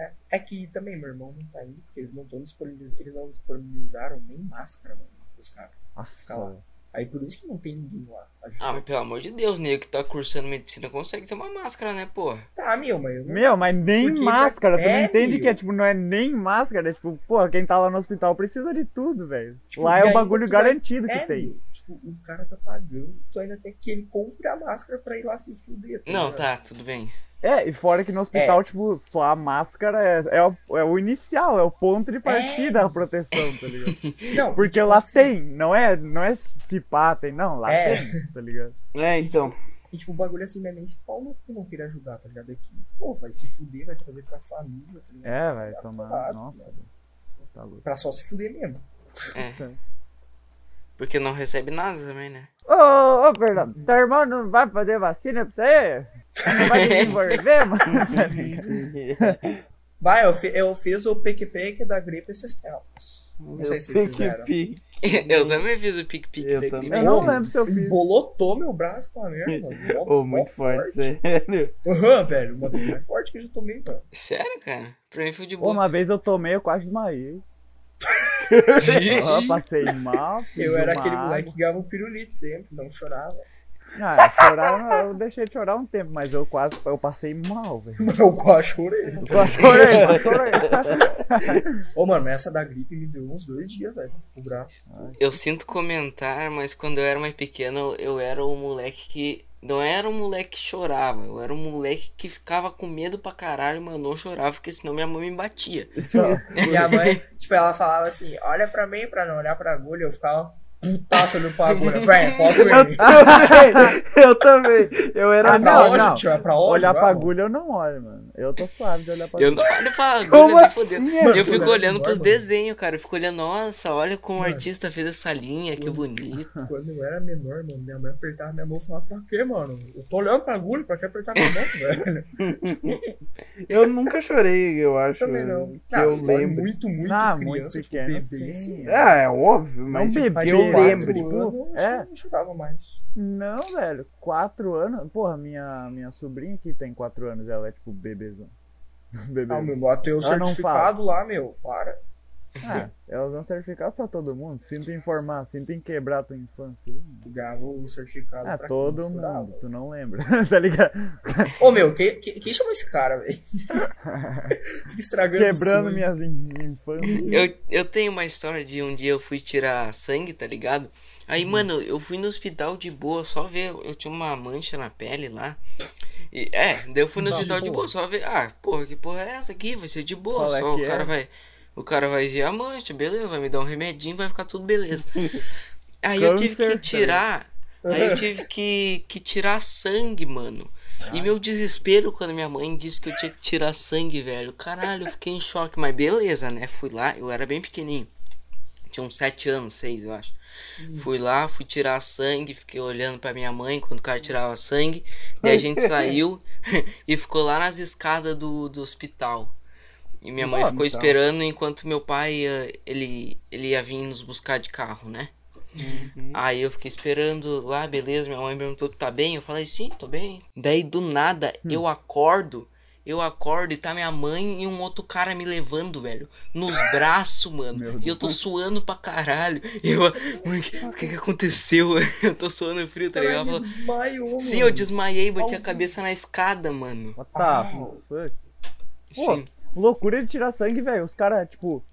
É, é que também meu irmão não tá indo, porque eles não estão disponibiliz... eles não disponibilizaram nem máscara, mano, pros caras.
Nossa,
Fica lá. Aí por isso que não tem ninguém lá.
Ah, mas pelo amor de Deus, nego que tá cursando medicina consegue ter uma máscara, né, porra?
Tá, meu, mas eu não...
Meu, mas nem
Porque
máscara. Tu não
é,
entende
meu.
que é tipo, não é nem máscara. É tipo, porra, quem tá lá no hospital precisa de tudo, velho.
Tipo,
Lá
e
é o
aí,
bagulho
tu vai-
garantido que
É,
tem.
meu, tipo, o cara tá pagando, tu ainda quer que ele compre a máscara pra ir lá se fuder.
Não,
ligado?
tá, tudo bem.
É, e fora que no hospital, tipo, só a máscara é, é, o, é o inicial, é o ponto de partida da proteção, tá ligado?
Não,
Porque
tipo
lá
assim,
tem, não é, não é se pá, tem, não, lá
É.
tem, tá ligado?
É, então.
E tipo, o bagulho assim, não é nem se pau no cu não querer ajudar, tá ligado? É que, pô, vai se fuder, vai trazer pra família, tá ligado?
É, vai tomar.
parado,
Nossa,
né?
velho. Tá louco.
Pra só se fuder mesmo.
É, porque não recebe nada também, né?
Ô, ô, Fernando, teu irmão não vai fazer vacina pra você? Não vai desenvolver, mano?
Vai, eu, fi- eu fiz o PicPic da gripe esses tempos. Não sei se vocês fizeram.
pique.
Eu
Uhum.
também fiz o pique-pique
Eu
da
também.
Eu
gripe.
não lembro se eu fiz.
Bolotou meu braço com a merda. mano. Mó-
Ô,
mó
muito forte, sério.
Aham, velho. Uma vez mais forte que eu já tomei, mano.
Sério, cara? Pra mim foi de
Pô,
boa.
Uma vez eu tomei, eu quase desmaiei. Ah, passei mal. fiz
Eu era
uma
aquele
água.
moleque que ganhava um pirulito sempre, não chorava.
Ah, eu chorar, eu deixei de chorar um tempo, mas eu quase, eu passei mal, velho.
Mano, eu quase chorei.
Eu Quase chorei, quase chorei.
Ô, mano, mas essa da gripe me deu uns dois dias, velho. O braço.
Eu sinto comentar, mas quando eu era mais pequeno, eu era o moleque que. Não era o moleque que chorava, eu era o moleque que ficava com medo pra caralho, mas não chorava, porque senão minha mãe me batia.
E a mãe, tipo, ela falava assim: olha pra mim pra não olhar pra agulha. Eu ficava putaço olhando pra agulha. é Velho, pode dormir.
Eu também. Eu era
Ah,
É
assim.
pra
não,
hoje,
não.
tio, é pra hoje.
Olhar pra
vamos.
agulha eu não olho, mano. Eu tô suave de olhar pra
Eu
agulha.
não olho "Ah, pra agulha,
Como
nem
assim,
fodendo.
mano?
Eu fico
Mano,
olhando pros
mano.
desenhos, cara. Eu fico olhando, nossa, olha como o
Mano.
artista fez essa linha, que bonito.
Quando eu era menor, mano, minha mãe apertava minha mão e falava, pra quê, mano? Eu tô olhando pra agulha, pra que apertar minha mão, velho?
Eu nunca chorei, eu acho.
Também não.
Que
Cara,
eu
dói
lembro.
Muito, muito
Ah, muito
criança,
pequeno,
tipo, bebê,
sim.
assim.
Ah, é óbvio,
Não
mas.
bebê,
Mas
eu
de quatro
lembro,
tipo,
anos,
é.
eu não chorava mais.
Não, velho. Quatro anos. Porra, minha, minha sobrinha que tem quatro anos, ela é tipo bebezão.
Ah,
Bebezão.
meu, bateu o
Ela não
certificado lá, meu, para.
Ah, elas vão certificar pra todo mundo. Sinto informar, sinto em quebrar tua infância.
Tu ganhava o certificado
Ah,
pra
todo
quem não
mundo.
chorava.
Tu não lembra, tá ligado?
Ô, meu, quem, quem, quem chamou esse cara, velho? Fica estragando o
Quebrando
sonho.
minhas in- infâncias.
Eu, eu tenho uma história de um dia eu fui tirar sangue, tá ligado? Aí,
Uhum.
mano, eu fui no hospital de boa, só ver. Eu tinha uma mancha na pele lá. E, é, daí eu fui no
Tá,
hospital de
porra.
boa, só ver. Ah, porra, que porra é essa aqui? Vai ser de boa.
Qual é
só
que
o cara
é?
vai. O cara vai ver a mancha, beleza, vai me dar um remedinho, vai ficar tudo beleza. Aí eu tive
Câncer,
que
tá
tirar. Aí eu tive que, que tirar sangue, mano. E meu desespero quando minha mãe disse que eu tinha que tirar sangue, velho. Caralho, eu fiquei em choque, mas beleza, né? Fui lá, eu era bem pequenininho. Tinha uns 7 anos, 6, eu acho. Uhum. Fui lá, fui tirar sangue, fiquei olhando pra minha mãe quando o cara tirava sangue. Daí a gente saiu e ficou lá nas escadas do, do hospital. E minha mãe
Bom,
ficou
então.
esperando enquanto meu pai eh, ele, ele ia vir nos buscar de carro, né?
Uhum.
Aí eu fiquei esperando lá, beleza. Minha mãe perguntou: tu tá bem? Eu falei: sim, tô bem. Daí do nada
Hum.
eu acordo, eu acordo e tá minha mãe e um outro cara me levando, velho, nos braços,
Meu
mano.
Deus.
E eu tô suando pra caralho. E eu, mãe, o que que aconteceu? Eu tô suando frio, tá
Caralho,
ligado? Ela falou,
ele desmaiou,
Sim,
mano.
eu desmaiei,
Ao
bati a
vivo.
cabeça na escada, mano.
What
Ah.
the fuck? Pô,
Sim.
Loucura de tirar sangue, velho. Os caras, tipo.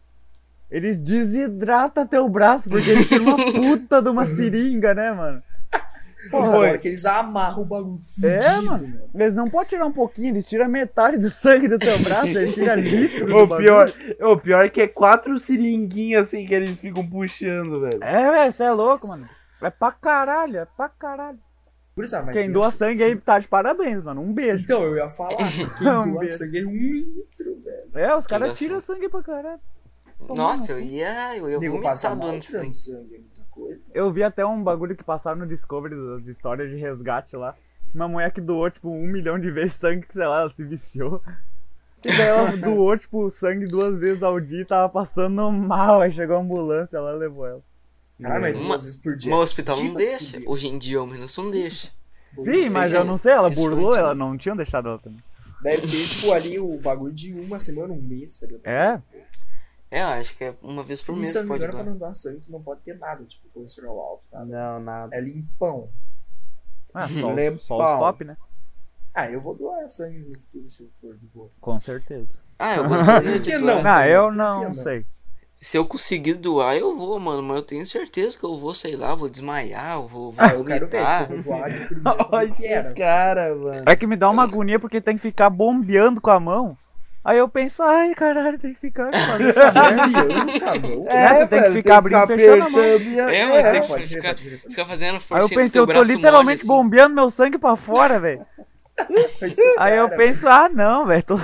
Eles desidratam teu braço, porque eles tiram uma puta de uma seringa, né, mano?
Porra,
Porra,
hora que eles amarram o bagulho.
É,
fudido,
mano. eles não podem tirar um pouquinho, eles tiram metade do sangue do teu braço, eles tiram litro do
O
bagulho.
pior, o pior é que é quatro seringuinhas assim que eles ficam puxando, velho.
É, velho, você é louco, mano. É pra caralho, é pra caralho.
Gurizada, ah, mas
Quem
eu
doa
acho-
sangue aí tá de parabéns, mano. Um beijo.
Então, eu ia falar. Quem
Um
doa
beijo.
sangue é um litro, velho.
É, os
doa
caras tiram sangue pra caralho.
Nossa,
assim?
eu ia. Eu ia
Nego passa
vomitar
mal
doando
tirando
sangue.
sangue, é muita coisa.
Eu vi até um bagulho que passaram no Discovery das histórias de resgate lá. Uma mulher que doou, tipo, um milhão de vezes sangue, que sei lá, ela se viciou. E daí ela doou, tipo, sangue duas vezes ao dia e tava passando mal. Aí chegou a ambulância, ela levou ela.
Caralho, mas
Hum. Uma-
duas vezes por um dia. tipo assim,
Mas o hospital não
Imagina se
deixa.
fuder.
Hoje em dia, ao menos, não deixa.
Sim,
Sim,
mas
sim.
eu não sei, ela
Isso
burlou,
foi,
ela
sim.
não tinha deixado ela também.
Daí eu fiquei, tipo, ali o bagulho de uma semana, um mês, tá ligado?
É?
É, eu acho que é uma vez por
E
mês
se eu não me
pode
engano, pra
doar.
não doar sangue, tu não pode ter nada, tipo, colesterol alto, nada.
Ah, Não, nada.
É limpão.
Ah, só, os-
Lembão.
só os top, né?
Ah, eu vou doar sangue no futuro se eu for de boa.
Com certeza.
Ah, eu gostaria
Por
de
que
doar.
não?
Ah, eu
Por
não
que não?
sei.
Se eu conseguir doar, eu vou, mano. Mas eu tenho certeza que eu vou, sei lá, vou desmaiar, eu vou, vou
Ah, eu quero ver, tipo,
vomitar.
eu vou doar de primeira pra
Olha
ver se era.
esse cara, mano.
É que me dá uma agonia porque tem que ficar bombeando com a mão. Aí eu penso, ai caralho, tem que ficar aqui fazendo essa merda.
Bianca, acabou.
É, tu tem que ficar abrindo e fechando a mão.
É,
mano.
mano,
É,
tem
é.
que
pode crer,
ficar,
pode crer.
ficar fazendo
Aí eu
força
pensei, eu tô
assim,
literalmente bombeando meu sangue pra fora, velho. Aí eu
Cara,
penso, ah não, velho. tô-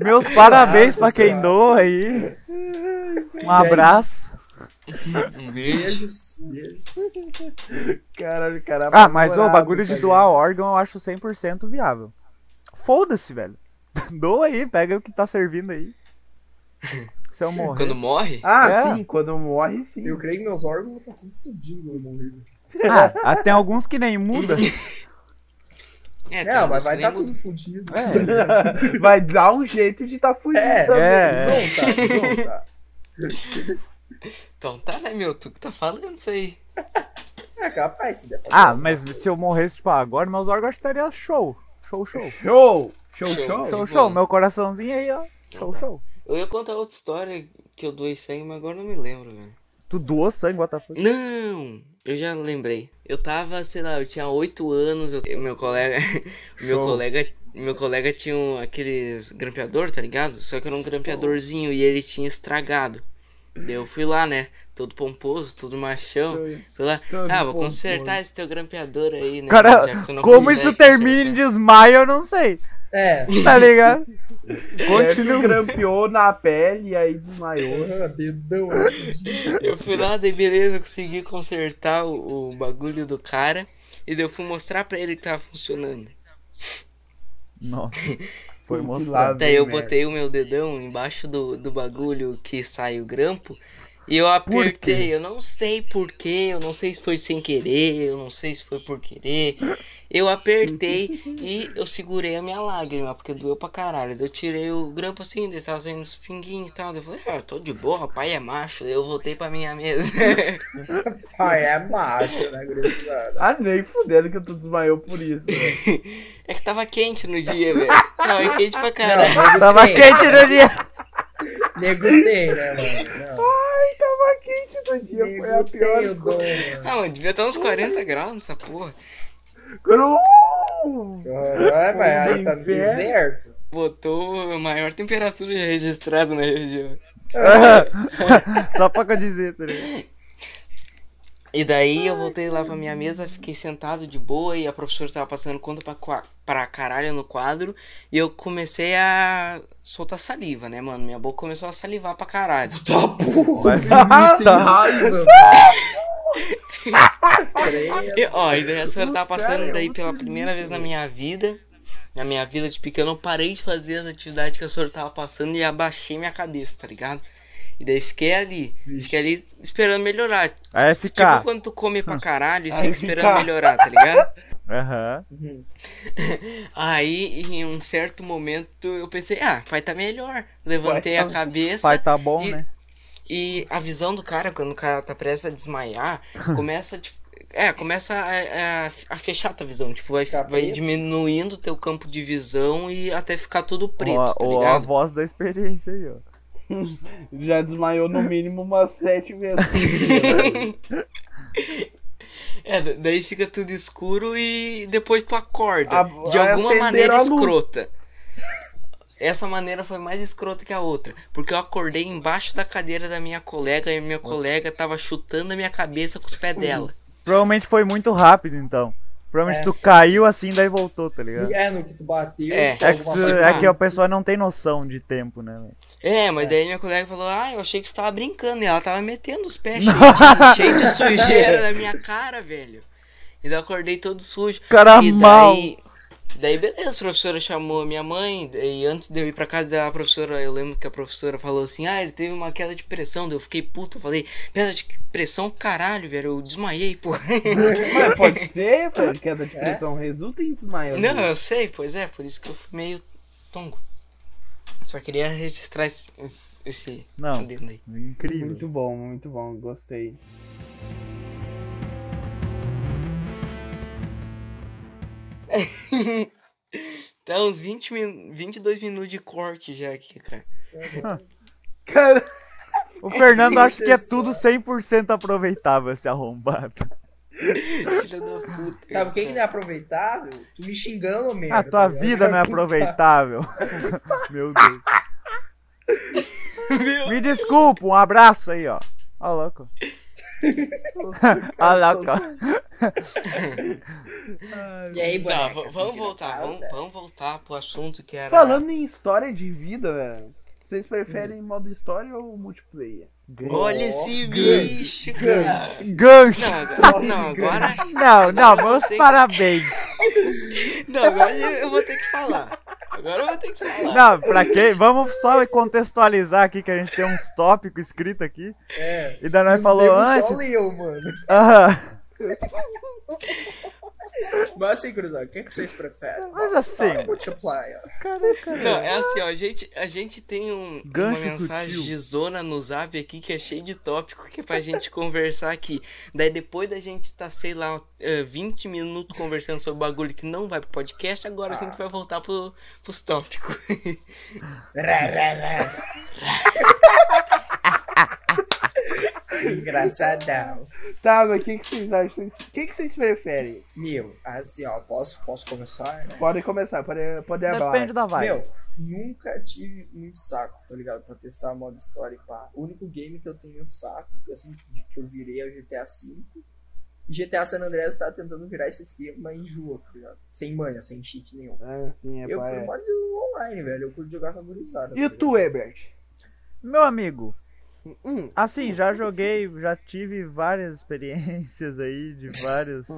Meus parabéns pra quem
suado.
doa aí. Um
aí?
abraço.
Um beijo.
Beijos, beijos.
Caralho, cara.
Ah, mas o bagulho de
apavorado,
doar órgão eu acho 100% viável. Foda-se, velho. Doa aí, pega o que tá servindo aí. Se eu morrer.
Quando morre?
Ah,
É.
sim, quando morre, sim.
Eu creio que meus órgãos estão tudo fodidos no morrido.
Ah, ah, tem alguns que nem muda.
É,
É,
tem
mas
uns
vai
que
estar
nem-
tudo tá fodido.
Vai dar um jeito de tá fugindo
É,
também.
É. é.
Zonta, zonta.
Então tá, né, meu? Tu que tá falando isso aí.
É capaz, se der pra
Ah, mas se eu morresse, tipo, agora, meus órgãos estariam show. Show, show.
Show! Show,
Então,
Então, Show.
show!
Show,
bom.
show. Meu coraçãozinho aí, ó. Show, show.
Eu ia contar outra história que eu doei sangue, mas agora não me lembro, velho.
Tu doou sangue, Botafogo?
Não! Eu já lembrei. Eu tava, sei lá, eu tinha 8 anos, eu- meu colega. meu
Show.
colega. Meu colega tinha um- aqueles grampeador, tá ligado? Só que era um grampeadorzinho e ele tinha estragado. Daí eu fui lá, né? Todo pomposo, todo machão. Fui lá,
Todo
ah, vou
pomposo.
consertar esse teu grampeador aí, né? já
Cara,
que você não
como
consegue
isso termina em
consertar."
desmaio, eu não sei.
É,
Tá ligado?
um
Continua.
Continua.
grampeou na pele e aí desmaiou.
Uhum.
porra, dedão. assim.
Eu fui lá, daí beleza, eu consegui consertar o, o bagulho do cara. E daí eu fui mostrar pra ele que tava funcionando.
Nossa. Foi
Que
mostrado.
lado.
Daí eu
merda.
botei o meu dedão embaixo do, do bagulho que sai o grampo. E eu apertei, eu não sei porquê, eu não sei se foi sem querer, eu não sei se foi por querer. Eu apertei e eu segurei a minha lágrima, porque doeu pra caralho. Daí Eu tirei o grampo assim, daí tava saindo os pinguinhos e tal. Daí Eu falei, ah, tô de boa, pai é macho. Daí Eu voltei pra minha mesa.
Ah, é massa, né, gurizada?
Ah, nem fudendo que tu desmaiou por isso. né? velho.
É que tava quente no dia, velho. Tava quente pra
Não,
caralho.
nego
Tava
tem,
quente no dia.
Nego tem, né, mano? Não,
Ai, tava quente no dia, foi a
nego
pior.
tem o dom, mano.
Ah, mano, devia estar uns 40 graus nessa porra. um.
Cru!
Caralho, mas aí tá no
Inverno.
deserto.
Botou a maior temperatura já registrada na região.
Só pra que eu dizer, tá ligado?
E daí eu voltei lá pra minha mesa, fiquei sentado de boa e a professora tava passando conta pra, qua- pra caralho no quadro. E eu comecei a soltar saliva, né, mano? Minha boca começou a salivar pra caralho.
Tá porra,
Ah,
tem
tá.
raiva. Credo.
E, ó, e daí a senhora tava
Cara,
passando
é
daí
um
pela
serviço,
primeira vez na minha vida. Na minha vida, tipo, que eu não parei de fazer as atividades que a senhora tava passando e abaixei minha cabeça, tá ligado? E daí fiquei ali,
Vixe.
fiquei ali esperando melhorar. Tipo
Aí
Tá.
fica.
quando tu come
Ah.
pra caralho e
Aí
fica esperando
fica.
melhorar, tá ligado?
Aham.
Uhum.
Aí, em um certo momento, eu pensei, ah, vai tá melhor. Levantei
Vai
a
tá-
cabeça.
Pai tá bom,
E-
né?
E a visão do cara, quando o cara tá prestes a desmaiar, começa, tipo, é, começa a, a- a fechar a tua visão. Tipo, vai,
Ficar
vai
preto.
diminuindo o teu campo de visão e até ficar todo preto,
Ó, ó,
tá
a
ligado?
voz da experiência aí, ó.
Já desmaiou no mínimo umas sete vezes.
É, da- daí fica tudo escuro e depois tu acorda.
A-
de
vai
alguma
acender
maneira
a luz.
escrota. Essa maneira foi mais escrota que a outra. Porque eu acordei embaixo da cadeira da minha colega e a minha colega tava chutando a minha cabeça com os pés dela.
Provavelmente foi muito rápido, então. Provavelmente
É.
tu caiu assim, daí voltou, tá ligado?
É, no que tu bateu,
É.
tipo,
É que,
alguma
se-
coisa.
é que a pessoa não tem noção de tempo, né? velho?
É, mas daí minha colega falou, ah, eu achei que você tava brincando, e ela tava metendo os pés cheio de, cheio de sujeira na minha cara, velho. E daí eu acordei todo sujo.
Cara é
e
mal.
daí, daí, beleza, a professora chamou a minha mãe, e antes de eu ir pra casa da professora, eu lembro que a professora falou assim, ah, ele teve uma queda de pressão, daí eu fiquei puto, eu falei, queda de pressão, caralho, velho, eu desmaiei, pô.
Mas pode ser, pô, queda de pressão resulta em desmaio.
Não, eu sei, pois é, por isso que eu fui meio tongo. Só queria registrar esse... esse
Não.
adendo aí.
Incrível.
Muito bom, muito bom, gostei.
Tá uns 20 min... 22 minutos de corte já aqui, cara.
Cara,
O Fernando acha que é tudo 100% aproveitável esse arrombado.
Filha da puta.
Sabe o que, que não é aproveitável? Tu me xingando, merda.
A tua
tá ligado?
vida não é
Puta.
aproveitável. Meu Deus.
Meu,
Me desculpa, um abraço aí, ó. Ó, louco. Ó, louco.
E aí,
tá,
boneca,
v-
assim,
vamos
tira
voltar,
pauta.
vamos, vamos voltar pro assunto que era.
Falando em história de vida, velho. Vocês preferem modo história ou multiplayer?
Olha esse
grande,
bicho,
grande.
cara.
Gancho.
Não, agora, não,
Grande.
agora,
Não, não,
Agora
meus
você-
parabéns.
não, agora eu eu vou ter que falar. Agora eu vou ter que falar.
Não, pra quê? Vamos só contextualizar aqui que a gente tem uns tópicos escritos aqui.
É.
E daí
O
nós falou
nego
antes.
só leu, mano.
Aham.
Mas assim, cruzado, o que, é que vocês preferem?
Mas assim,
Multiplier.
caraca.
Não, é assim, ó, a gente, a gente tem um, uma
Gancho
mensagem
sutil.
de zona no zap aqui que é cheio de tópico que é pra gente conversar aqui. Daí depois da gente estar, sei lá, eh, 20 minutos conversando sobre bagulho que não vai pro podcast, agora a
Ah.
gente vai voltar pro, pros tópicos.
Rá, rá, rá. Engraçadão.
Tá, mas o que, que vocês acham? O que, que vocês preferem?
Meu, assim, ó, posso, posso começar? né?
Podem começar, podem, podem acabar.
Depende da vibe.
Meu, nunca tive muito saco, tá ligado? Pra testar modo história e pá. O único game que eu tenho saco, assim, que eu virei é o GTA V. E GTA San Andreas tá tentando virar esse esquema, mas enjoa, tá ligado? Sem manha, sem cheat nenhum.
É, sim, é
eu
pá,
fui
é.
modo online, velho. Eu curto jogar com a gurizada. tá
E
ligado?
tu, Ebert?
Meu amigo,
Hum,
assim, já joguei, já tive várias experiências aí de vários.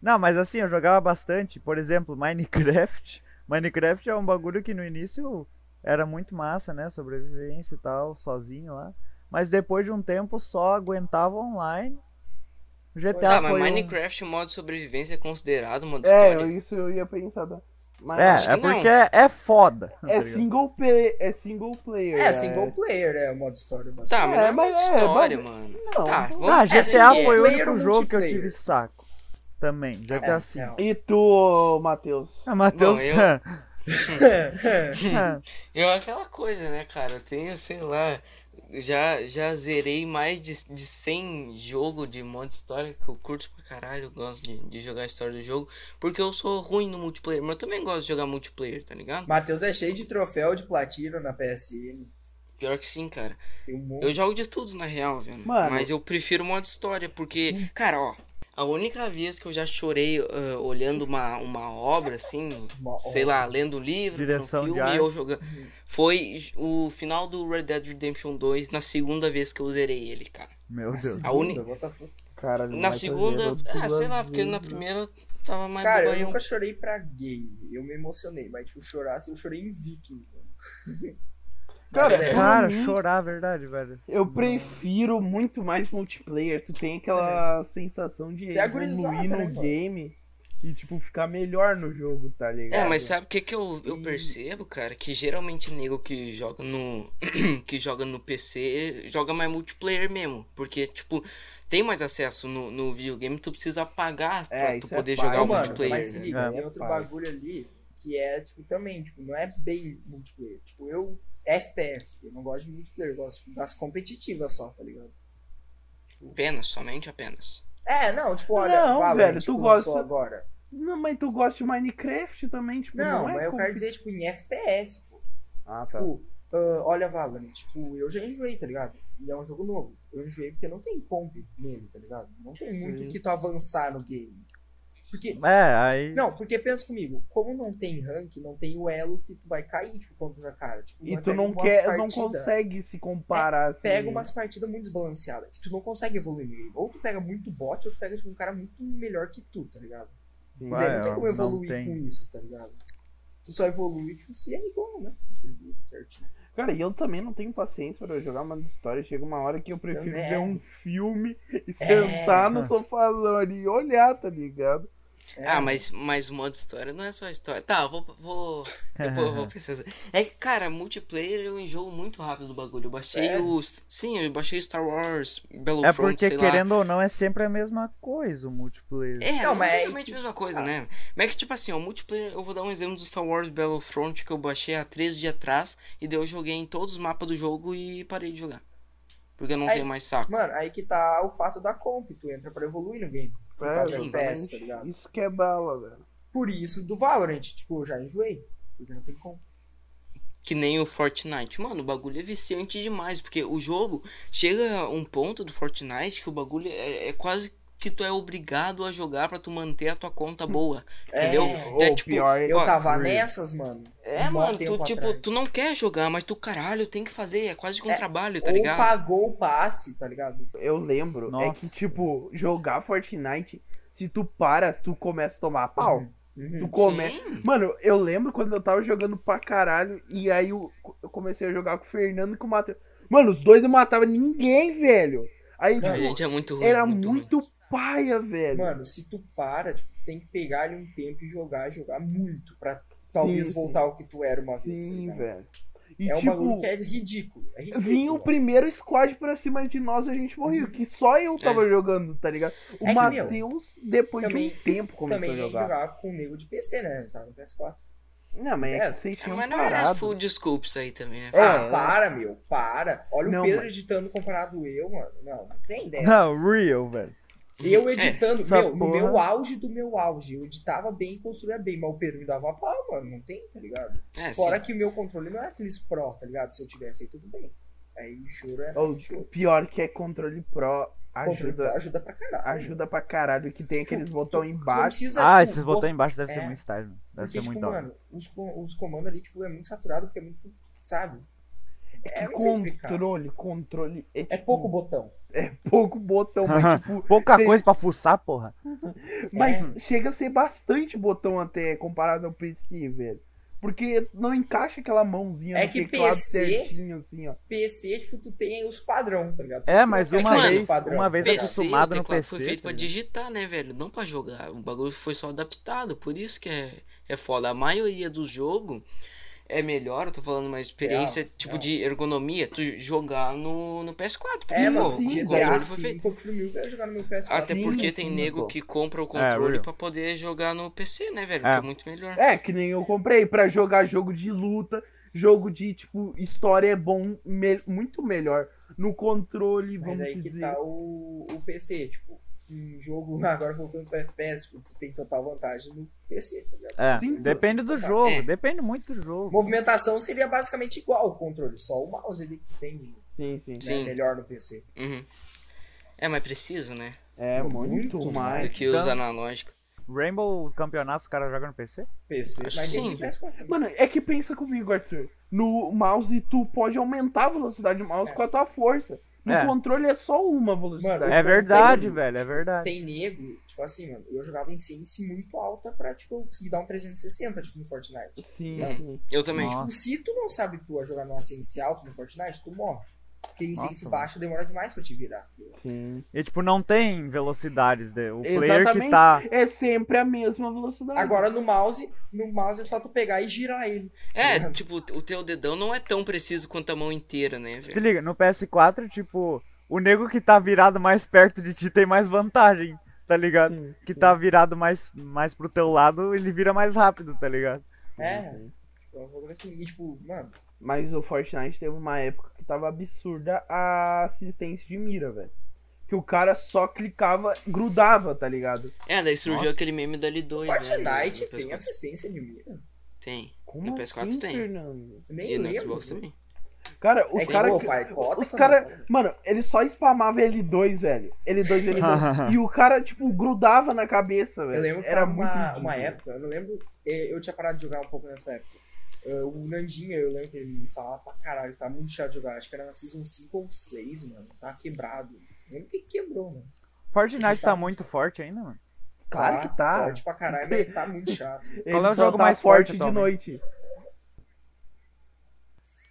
Não, mas assim, eu jogava bastante, por exemplo, Minecraft. Minecraft é um bagulho que no início era muito massa, né? Sobrevivência e tal, sozinho lá. Mas depois de um tempo só aguentava online. GTA
Tá, mas
foi. um-
Minecraft, o modo de sobrevivência é considerado modo
é, eu-
história.
isso eu ia pensar. da- Mas
É,
acho que
é
não.
porque é foda. tá
é
ligado?
single player. É single player.
É, single player, é o modo história. Mas...
Tá, mas não
É,
é modo
mas é,
história,
mas-
mano.
Não.
Tá, vamos
Ah,
é assim,
GTA
é-
foi o
player
único
ou
jogo que eu
multiplayer?
tive saco. Também,
É,
tá
GTA V.
assim.
não.
E tu, Matheus?
Ah, Matheus.
É, Bom, eu-
Ah,
Eu aquela coisa, né, cara? Eu tenho, sei lá, já, já zerei mais de, de 100 jogos de modo história que eu curto pra caralho. Eu gosto de, de jogar a história do jogo, porque eu sou ruim no multiplayer, mas eu também gosto de jogar multiplayer, tá ligado?
Matheus é cheio de troféu de platino na PSN.
Pior que sim, cara.
Tem um monte.
Eu jogo de tudo, na real, velho.
Mano.
Mas eu prefiro o modo história, porque, cara, ó, a única vez que eu já chorei ah, olhando uma, uma obra, assim,
Uma
sei lá, lendo um livro,
Direção
um
de
filme,
arte.
eu jogando.
Uhum.
Foi j- o final do Red Dead Redemption 2 na segunda vez que eu zerei ele, cara.
meu
Na
Deus.
A uni-
segunda, Botafogo.
Cara,
Na segunda, ah, sei lá, porque na primeira eu um. tava mais
Cara, eu
boião.
nunca chorei pra game. Eu me emocionei, mas tipo, chorar assim, eu chorei em Viking. mano.
Cara,
Sério.
É, Cara,
por mim,
chorar, é verdade, velho.
Eu prefiro muito mais multiplayer. Tu tem
É.
aquela sensação de
Tem a gurizada,
evoluir no
né, mano?
game e, tipo, ficar melhor no jogo, tá ligado?
É, mas sabe o que, que eu, eu percebo, cara? Que geralmente nego que joga no. que joga no PC joga mais multiplayer mesmo. Porque, tipo, tem mais acesso no, no videogame, tu precisa pagar
É,
pra tu
isso é
poder
pago.
jogar
Ô,
o
mano,
multiplayer.
mas se
né?
liga,
É.
tem outro bagulho ali que é, tipo, também, tipo, não é bem multiplayer. Tipo, eu. FPS, eu não gosto de multiplayer, eu gosto das competitivas só, tá ligado?
Apenas, somente apenas.
É, não, tipo, olha,
Não,
Valorant tipo,
velho, tu
lançou
gosta-
agora.
Não, mas tu gosta de Minecraft também, tipo,
Não,
não, é
mas eu
compli-
quero dizer, tipo, em FPS, pô.
Ah, tá.
Tipo, ah, olha Valorant, tipo, eu já enjoei, tá ligado? E é um jogo novo. Eu enjoei porque não tem comp nele, tá ligado? Não tem muito
Sim.
o que tu avançar no game. Porque.
É, aí.
Não, porque pensa comigo, como não tem rank, não tem o elo que tu vai cair, tipo, contra o cara. Tipo,
E
nós
tu
pega
não
umas
quer, não
partidas- É,
consegue se comparar assim.
Pega umas partidas muito desbalanceadas, que tu não consegue evoluir no game. Ou tu pega muito bot, ou tu pega tipo, um cara muito melhor que tu, tá ligado?
assim.
Vai,
Daí não tem
ó,
como
não
evoluir
tem.
com isso, tá ligado? Tu só evolui tipo, se é igual, né? Distribuído certinho.
Cara, e eu também não tenho paciência pra jogar uma história. Chega uma hora que eu prefiro
Também. é.
ver um filme e sentar no sofazão ali e olhar, tá ligado?
É,
Ah, mas, mas o modo história não é só história. Tá, eu vou. vou depois eu vou pensar. É que, cara, multiplayer eu enjoo muito rápido do bagulho. Eu baixei
Sério?
o. Sim, eu baixei Star Wars Battlefront,
É porque,
sei lá.
querendo ou não, é sempre a mesma coisa o multiplayer.
É,
Não,
não,
mas
é
é
exatamente
que-
a mesma coisa,
Ah.
né? Mas é que, tipo assim, o multiplayer, eu vou dar um exemplo do Star Wars Battlefront que eu baixei há três dias atrás e daí eu joguei em todos os mapas do jogo e parei de jogar. Porque eu não
Aí-
tenho mais saco.
Mano, aí que tá o fato da comp, tu entra pra evoluir no game. Por causa do
sim,
PES,
É, exatamente.
tá ligado?
Isso que é bala, velho.
Por isso do Valorant, tipo, eu já enjoei. Porque não tem como.
Que nem o Fortnite. Mano, o bagulho é viciante demais. Porque o jogo chega a um ponto do Fortnite que o bagulho é, é quase que tu é obrigado a jogar pra tu manter a tua conta boa. Entendeu?
Ou
É, tipo,
pior,
Eu
Ó,
tava
Real.
nessas, mano.
É,
um bom
mano, tu,
tempo
tipo,
atrás.
tu não quer jogar, mas tu, caralho, tem que fazer. É quase que um
É,
trabalho, tá
Ou
ligado?
pagou o passe, tá ligado?
eu lembro, é
Nossa.
que, tipo, jogar Fortnite, se tu para, tu começa a tomar pau.
Uhum.
Tu começa.
Sim.
Mano, eu lembro quando eu tava jogando pra caralho, e aí eu, eu comecei a jogar com o Fernando e com o Matheus. Mano, os dois não matavam ninguém, velho. Aí,
A
tipo,
gente é muito ruim.
era
ruim.
muito paia, velho.
Uhum. Mano, se tu para, tipo, tu tem que pegar ali um tempo e jogar, jogar muito. Pra talvez
sim.
voltar ao que tu era uma vez. tá
Sim,
ligado?
velho. E,
é um
tipo,
bagulho que é ridículo. É ridículo.
vinha o
velho.
primeiro squad pra cima de nós e a gente morreu. Que só eu tava jogando, tá ligado? O
Uhum. É que, meu,
Matheus, depois
também-
de um tempo, começou
Também
a
nem
jogar.
jogava com o nego de PC,
Tá
né? Eu Tava no PS4.
Não, mas é
É,
que vocês
Ah,
tinham
Mas não era
parado.
full desculpa isso aí também, né?
Ah,
é.
para, meu, para. Olha
Não,
o Pedro
mano.
editando comparado eu, mano. Não, não tem ideia.
Não, real, velho.
Eu
é,
editando,
Essa
meu, no
porra.
meu auge do meu auge. Eu editava bem e construía bem, mas o Pedro me dava pau, mano. Não tem, tá ligado?
É, é, sim.
Assim.
Fora que o meu controle não é aqueles pro, tá ligado? Se eu tivesse aí, tudo bem. Aí juro é
Ou,
juro.
pior que é controle pro
Controle pro
ajuda,
ajuda pra caralho.
ajuda pra caralho, que tem aqueles botão
Tu não
embaixo.
precisa,
Ah,
tipo,
esses
bo-
botões embaixo deve ser
é.
muito style, mano. Deve
Porque,
ser
tipo,
muito da hora.
mano, os, co- os comandos ali, tipo, é muito saturado, porque é muito, sabe? É, eu não sei explicar.
Controle, controle. É,
É
tipo,
pouco
Hum.
botão.
pouco botão, mas, tipo,
Pouca
Cê-
coisa pra fuçar, porra.
É.
mas chega a ser bastante botão até comparado ao PC, velho. Porque não encaixa aquela mãozinha
É
no
que
teclado
PC
certinho, assim, ó.
PC, tipo, tu tem os padrão, tá ligado?
É, mas
Tu tem
uma
aqueles
vez-
padrão,
uma vez
PC,
tá ligado?
acostumado
o
no
teclado
PC,
Foi feito
tá
pra
ligado?
digitar, né, velho? Não pra jogar. O bagulho foi só adaptado. Por isso que é, é foda. A maioria do jogo é melhor, eu tô falando uma
É,
experiência tipo
real.
de ergonomia, tu jogar no, no PS4.
É,
pô,
mano,
o
sim, assim.
controle foi
GTA V
feito.
eu prefiro mil vezes jogar no meu PS4.
Até
Sim,
porque
sim,
tem
né,
nego
pô.
que compra o controle
É, real.
pra poder jogar no PC, né, velho?
É.
Que é muito melhor.
É, que nem eu comprei pra jogar jogo de luta, jogo de, tipo, história é bom, me- muito melhor. No controle,
Mas
vamos
aí que
dizer.
tá o, o PC, tipo, um jogo agora voltando pro FPS, tipo, tu tem total vantagem no PC, tá ligado?
É,
Sim,
depende do jogo,
É.
depende muito do jogo.
Movimentação seria basicamente igual o controle, só o mouse ele que tem né,
Sim, sim.
Sim.
melhor no PC.
Uhum. É, mas preciso, né?
É muito,
Muito
Do
mais.
que
então-
os analógicos.
Rainbow campeonato, os caras jogam no PC?
PC,
Acho
mas
que
tem
sim.
PS4.
Mano, é que pensa comigo, Arthur. No mouse, tu pode aumentar a velocidade do mouse com a tua força. No
É.
controle é só uma velocidade.
É. Mano,
É
Eu
verdade,
comprei um-
velho, é verdade.
Tem nego, tipo assim, mano, eu jogava em Sense muito alta pra, tipo, conseguir dar um 360, tipo, no Fortnite.
Sim,
Mano.
sim.
Eu também.
Nossa.
Tipo, se tu não sabe tu a jogar numa Sense alta no Fortnite, tu morre. Porque em
Nossa,
Sense
mano.
baixa demora demais pra te virar.
Sim.
E tipo, não tem velocidades. de- O player que
Exatamente.
tá.
É sempre a mesma velocidade.
Agora no mouse, no mouse é só tu pegar e girar ele.
É,
Mano.
tipo, o teu dedão não é tão preciso quanto a mão inteira, né,
Se
velho?
liga, no PS4, tipo, o nego que tá virado mais perto de ti tem mais vantagem, tá ligado?
Sim,
Que tá virado mais, mais pro teu lado, ele vira mais rápido, tá ligado?
Uhum.
sim,
É.
sim.
Tipo, é um bagulho assim, e tipo, mano,
Mas o Fortnite teve uma época que tava absurda a assistência de mira, velho. Que o cara só clicava, grudava, tá ligado?
É, daí surgiu
Nossa.
aquele meme da L2. né, no-
Fortnite
no
tem
PS4.
assistência de mira.
Tem.
Como
No PS4
assim,
tem.
Fernando?
Eu Nem
e no
lembro.
Xbox também.
Cara, os
É que
caras.
o Firecota
Os
também,
cara,
né?
mano, ele só spamava L2, velho. L2,
é
L2. e o cara, tipo, grudava na cabeça, velho.
Eu lembro que
Era
era
muito né?
uma,
ridículo.
uma época, eu não lembro, eh, eu tinha parado de jogar um pouco nessa época. Eh, O Nandinho, eu lembro que ele me falava pra caralho, tá muito chato de jogar. Acho que era na Season 5 ou 6, mano. Tá quebrado. Eu lembro que quebrou, mano.
Fortnite tá muito forte ainda, mano.
Claro que tá.
Forte pra caralho, mas tá muito chato.
Ele
Qual é o
só
jogo
tá
mais
forte
forte
de
atualmente?
noite.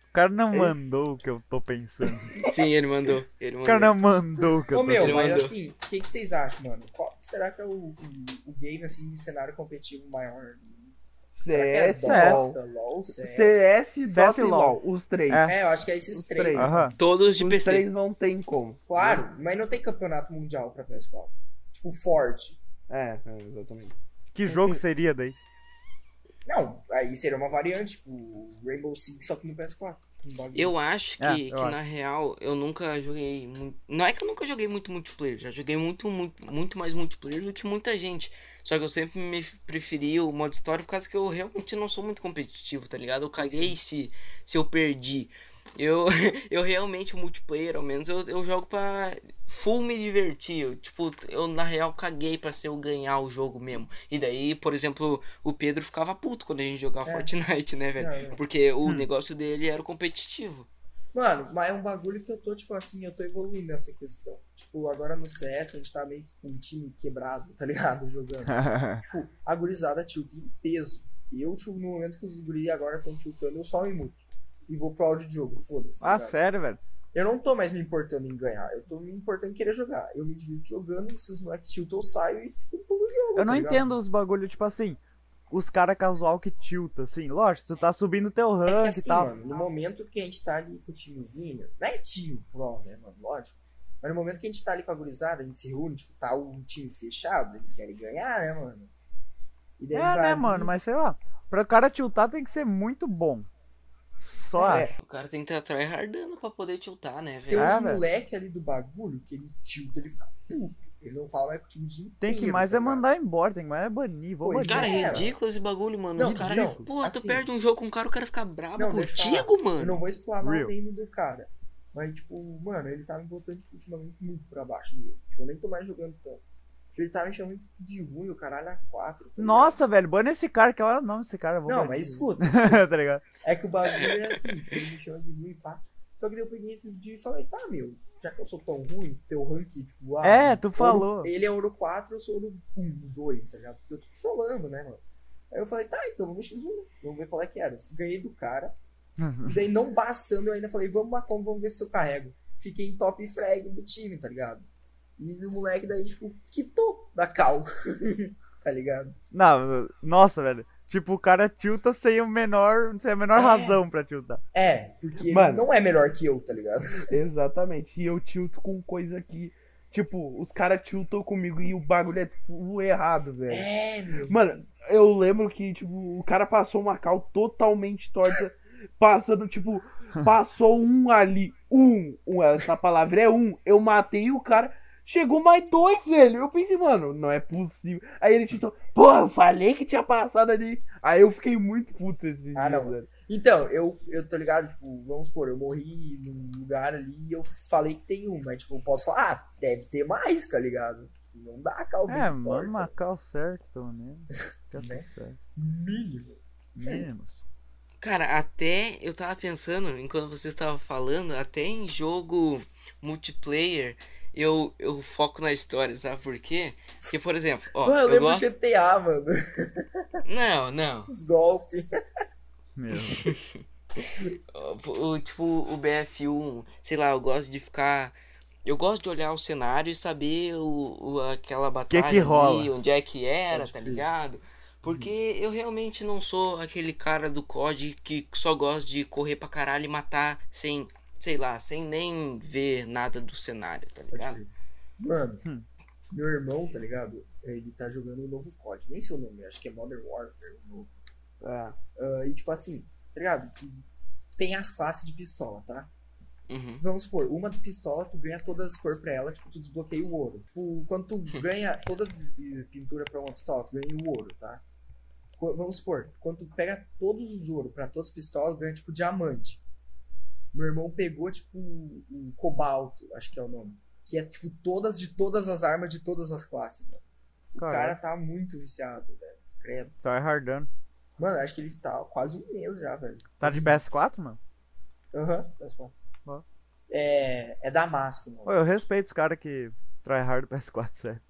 O cara não
Ele-
mandou o que eu tô pensando.
Sim, ele mandou. Ele
O
mandou.
cara não mandou o que eu
Ô
tô pensando.
meu,
Ele
mas
mandou.
assim, o que, que vocês acham, mano? Qual será que é o, o, o game assim de cenário competitivo maior? Será que é
CS,
CS.
Dota, LOL, CS?
CS, Dota e
LOL.
LOL. Os três.
É.
É, eu acho que é esses
Os
três.
três.
Aham.
Todos de
Os
PC.
três não tem como.
Claro, mas não tem campeonato mundial pra PS4. Tipo, Forte.
É, é, exatamente.
Que jogo seria daí?
Não, aí seria uma variante, tipo, Rainbow Six só que no PS4. Um bagulho
Eu acho que,
É, eu
que
acho.
na real, eu nunca joguei. mu- Não é que eu nunca joguei muito multiplayer, já joguei muito, muito, muito mais multiplayer do que muita gente. Só que eu sempre me preferi o modo história por causa que eu realmente não sou muito competitivo, tá ligado? Eu caguei se, se eu perdi. Eu, eu realmente, o multiplayer, ao menos, eu, eu jogo pra full me divertir. Eu, tipo, eu na real caguei pra ser eu ganhar o jogo mesmo. E daí, por exemplo, o Pedro ficava puto quando a gente jogava
É.
Fortnite, né, velho?
É, é.
Porque o negócio dele era o competitivo.
Mano, mas é um bagulho que eu tô, tipo assim, eu tô evoluindo nessa questão. Tipo, agora no CS a gente tá meio que com um time quebrado, tá ligado? Jogando. tipo, a gurizada tilta em peso. E eu, tipo, no momento que os guri agora estão tiltando, eu só me muto. E vou pro áudio de jogo, foda-se.
ah,
tá ligado?
sério, velho?
eu não tô mais me importando em ganhar, eu tô me importando em querer jogar. Eu me divirto jogando, se os moleques tiltam, eu saio e fico pelo jogo.
Eu não
tá ligado?
entendo os bagulho, tipo assim, os cara casual que tilta, assim, lógico, tu tá subindo teu
É que
rank e
assim,
tal.
mano, no momento que a gente tá ali com o timezinho, não é time pro, né, mano? Lógico. Mas no momento que a gente tá ali com a gurizada, a gente se reúne, tipo, tá um time fechado, eles querem ganhar, né, mano? E daí
é,
vai
né,
ali-
mano, mas sei lá, pra o cara tiltar tem que ser muito bom. Só
É.
acho.
O cara tem que estar tryhardando pra poder tiltar, né,
Tem
velho?
uns
Ah, velho.
moleque ali do bagulho que ele tilta, ele fica puto. Ele não fala mais com o time o dia
Tem que
inteiro,
mais
tá
é
ligado?
mandar embora, tem que mais é banir, vou
Pois
banir.
Cara,
é,
é ridículo esse bagulho, mano.
Não,
Os cara,
não,
pô, tu
assim-
perde um jogo com um cara, o cara fica brabo
Não, deixa eu
contigo,
Eu
mano.
não vou explanar
Real.
o name do cara. Mas, tipo, mano, ele tá me botando tipo, ultimamente muito pra baixo dele. Tipo, eu nem tô mais jogando tanto. Ele tá me chamando de ruim, o caralho, a quatro. tá ligado?
Nossa, velho, bana esse cara, que é hora o nome desse cara, eu vou
Não,
banir.
mas escuta.
tá ligado?
É que o bagulho é assim, tipo, ele me chama de ruim, pá. Só que daí eu peguei esses dias e falei, tá, meu, já que eu sou tão ruim, teu rank, tipo, ah,
É, tu
ouro-
falou.
ele é ouro 4, eu sou ouro 1, 2, tá ligado? Porque eu tô trolando, né, mano? Aí eu falei, tá, então vamos no X1, né? vamos ver qual é que era. Ganhei do cara.
Uhum.
E daí, não bastando, eu ainda falei, vamos lá, como, vamos ver se eu carrego. Fiquei em top frag do time, tá ligado? E o moleque daí, tipo, quitou da cal. tá ligado?
Não, nossa, velho. Tipo, o cara tilta sem o menor, sem a menor
É.
razão pra tiltar.
É, porque
Mano.
ele não é melhor que eu, tá ligado?
Exatamente. E eu tilto com coisa que. Tipo, os caras tiltam comigo e o bagulho é full errado, velho.
É, meu.
Mano, eu lembro que, tipo, o cara passou uma cal totalmente torta, passando, tipo, passou um ali, um, um, essa palavra é um, eu matei o cara, chegou mais dois, velho, eu pensei, mano, não é possível, aí ele tentou, pô, eu falei que tinha passado ali, aí eu fiquei muito puto esse
Ah,
dia,
não.
velho.
Então, eu, eu tô ligado, tipo, vamos supor, eu morri num lugar ali e eu falei que tem um, mas tipo, eu posso falar, ah, deve ter mais, tá ligado? Não dá calma.
É, mano, marcar o certo, pelo menos. Já
Né?
tá certo.
Mínimo.
Menos.
Cara, até eu tava pensando, enquanto você estava falando, até em jogo multiplayer, eu, eu foco na história, sabe por quê? Porque, por exemplo, ó,
Mano, eu
eu
lembro
gosto...
do GTA, mano.
Não, não.
Os golpes.
Meu.
O- o- tipo, o BF1, sei lá, eu gosto de ficar. Eu gosto de olhar o cenário e saber o, o- aquela batalha ali,
rola?
onde é que era,
Pode
tá
crer. Uhum.
ligado? Porque eu realmente não sou aquele cara do COD que só gosta de correr pra caralho e matar sem, sei lá, sem nem ver nada do cenário, tá
Pode
ligado?
crer. Mano,
Hum.
meu irmão, tá ligado? Ele tá jogando um novo COD, nem sei o nome, acho que é Modern Warfare, o novo.
É.
Ah, e tipo assim, tá ligado? Que tem as classes de pistola, tá?
Uhum.
Vamos supor, uma pistola, tu ganha todas as cores pra ela, tipo, tu desbloqueia o ouro. Tipo, quando tu
Uhum.
ganha todas as pinturas pra uma pistola, tu ganha o ouro, tá? Qu- Vamos supor, quando tu pega todos os ouros pra todas as pistolas, ganha, tipo, diamante. Meu irmão pegou, tipo, o o cobalto, acho que é o nome. Que é, tipo, todas de todas as armas de todas as classes, mano. O cara
Caraca.
tá muito viciado, velho. Credo.
Tá hardando.
Mano, acho que ele tá quase um mês já, velho.
Tá de PS4, mano?
Aham, tá só.
Ó.
É, é Damasco, mano.
Pô, eu respeito os caras que try hard PS4, sério.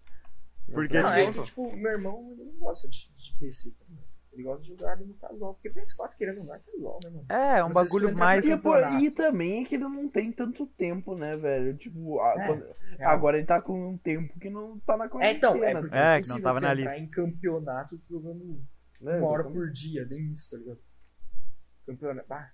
Porque,
Não, é
tipo,
que, tipo, meu irmão ele não gosta de, de PC também. Ele gosta de jogar no casual, porque PS4 querendo ou não é casual, né, mano?
é, um
Vocês
bagulho
entram
mais.
E, pô,
campeonato.
e também é que ele não tem tanto tempo, né, velho? Tipo, a-
É,
quando-
É,
agora ele tá com um tempo que não tá na
É,
quarentena.
então, é porque
É, que não
possível
tava na
tu
lista. É,
entrar em campeonato jogando
né?
uma hora por dia, nem isso, tá ligado? Campeonato. Ah,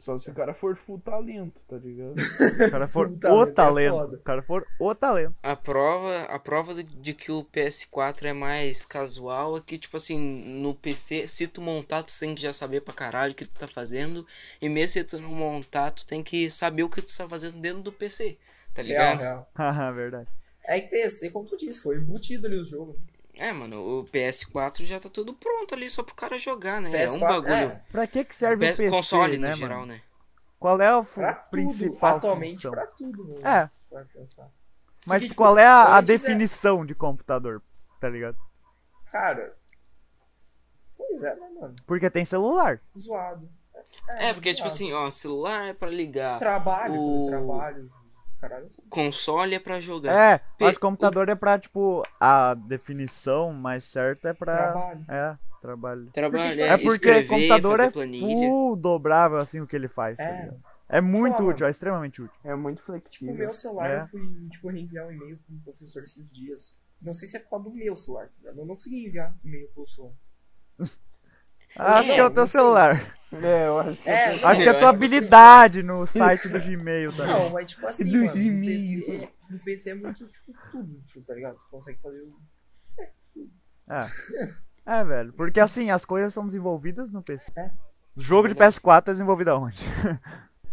Só se o cara for full talento, tá ligado?
O cara for
Puta, mas
o
é
talento.
foda.
O cara for o talento.
A prova, a prova de- de que o PS4 é mais casual é que, tipo assim, no PC, se tu montar, tu tem que já saber pra caralho o que tu tá fazendo. E mesmo se tu não montar, tu tem que saber o que tu tá fazendo dentro do PC, tá
Real,
ligado?
real.
Haha, verdade.
É que PC, como tu disse, foi embutido ali o jogo.
É, mano, o PS4 já tá tudo pronto ali só pro cara jogar, né? é um
PS4,
bagulho.
é,
Pra que que serve o
PS
PC,
console,
né, mano?
no geral, né?
Qual é o fu-
pra tudo,
principal
atualmente
função?
pra tudo, mano.
É,
Pra pensar.
mas
Porque, tipo,
qual é a, a
antes é-
definição de computador, tá ligado?
Cara, pois é, né, mano?
Porque tem celular.
Zoado.
É, porque, tipo
zoado.
assim, ó, celular é pra ligar,
Trabalho,
o-
fazer trabalho. Caralho, assim.
console é pra jogar.
É, mas
Pe-
computador é pra, tipo, a definição mais certa é pra.
Trabalho.
É, trabalho.
Trabalhar,
Porque, tipo,
é,
É porque
escrever,
computador
fazer
é
planilha.
full dobrável, assim, o que ele faz, tá
É.
ligado? É muito
Claro.
útil, é extremamente útil.
É muito
Tipo, o
flexível.
meu celular,
É.
eu fui, tipo, reenviar um e-mail pro professor esses dias. Não sei se é por causa do meu celular, tá ligado? eu não consegui enviar e-mail pro professor.
Acho que é o teu
não sei.
celular.
É, eu acho que.
Tipo, É,
Acho que é a tua
Eu acho que-
habilidade no site do Gmail, tá ligado?
Não, mas tipo assim,
Do
mano, no
Gmail.
PC, é- no PC é muito, tipo, tudo, tipo, tá ligado? Tu consegue fazer o...
É, velho. Porque assim, as coisas são desenvolvidas no PC.
É.
Jogo de PS4 é desenvolvido aonde?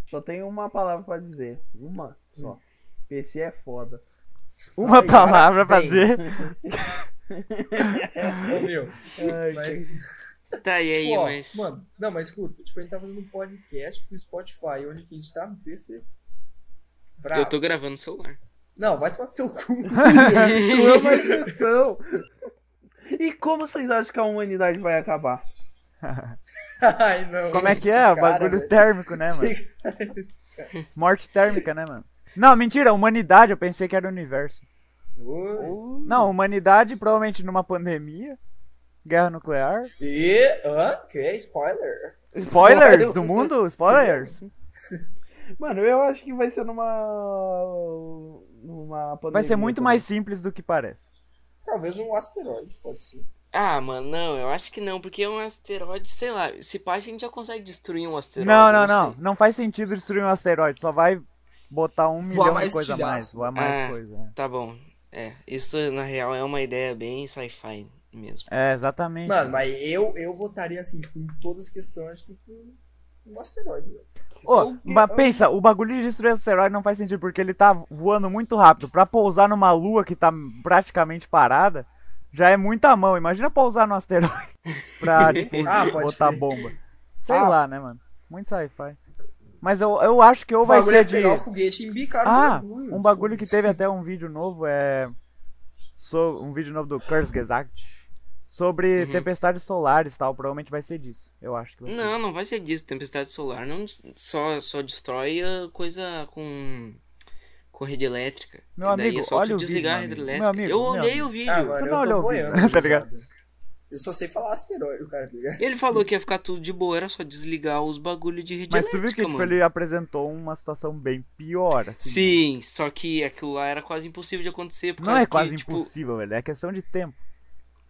Só tem uma palavra pra dizer. Uma
Hum.
só. PC é foda.
Uma
aí,
palavra pra
parabéns.
dizer.
Ô, é meu,
Ai,
mas-
Tá, e aí,
Tipo, ó,
mas.
Mano, não, mas escuta, tipo, a gente tá fazendo um podcast pro Spotify, onde que a gente tá no PC. Bravo.
Eu tô gravando no celular.
Não, vai tomar no teu cu.
Eu amo a exceção. E como vocês acham que a humanidade vai acabar?
Ai, não.
Como é
esse
que é? O
cara,
bagulho
velho.
térmico, né, mano?
Esse cara, esse cara.
Morte térmica, né, mano? Não, mentira, humanidade, eu pensei que era o universo.
Oi.
Não, humanidade provavelmente numa pandemia, guerra nuclear.
E. Hã? Que? Spoiler?
Spoilers do mundo? Spoilers?
Mano, eu acho que vai ser numa. numa
Vai ser
pandemia
muito
também.
mais simples do que parece.
Talvez um asteroide, pode ser.
Ah, mano, não, eu acho que não, porque é um asteroide, sei lá, se pá, a gente já consegue destruir um asteroide.
Não, não, não.
sei.
Não faz sentido destruir um asteroide, só vai botar um milhão de
mais
coisa a mais,
estilhaço.
voar mais
É.
coisa. né?
Tá bom. É, isso na real é uma ideia bem sci-fi mesmo.
É, exatamente.
Mano, mas eu, eu votaria assim, tipo, em todas as questões, tipo, um asteroide. velho.
Ô,
O que-
é
mas pensa, o bagulho de destruir esse asteroide não faz sentido, porque ele tá voando muito rápido. Pra pousar numa lua que tá praticamente parada, já é muita mão. Imagina pousar num asteroide pra, tipo,
Ah, pode
botar
crer.
bomba. Sei
Ah.
lá, né, mano? Muito sci-fi. Mas eu, eu acho que ou vai
O bagulho é
ser Um de...
pegar o foguete e embicar
Ah,
o bagulho.
Um bagulho que teve até um vídeo novo, é... So... Um vídeo novo do Kurzgesagt. Sobre
Uhum.
tempestades solares e tal, provavelmente vai ser disso. Eu acho que vai ser.
Não, não vai ser disso. Tempestade solar não des- só, só destrói a coisa com. com rede elétrica.
Meu
E daí
amigo,
é só
olha
tu
o vídeo,
desligar
meu
a rede
amigo.
elétrica.
Meu amigo,
eu
meu
olhei o
Ah,
vídeo.
mano,
não
eu tô
olhou o
boiando,
vídeo, tá ligado?
gurizada. Eu só sei falar asteroide, o cara, tá ligado?
Ele falou que ia ficar tudo de boa, era só desligar os bagulho de rede
Mas tu
elétrica.
viu que tipo,
mano.
ele apresentou uma situação bem pior, assim. né?
Sim, só que aquilo lá era quase impossível de acontecer. Por
Não
causa
é quase
que, tipo,
impossível, velho. É questão de tempo.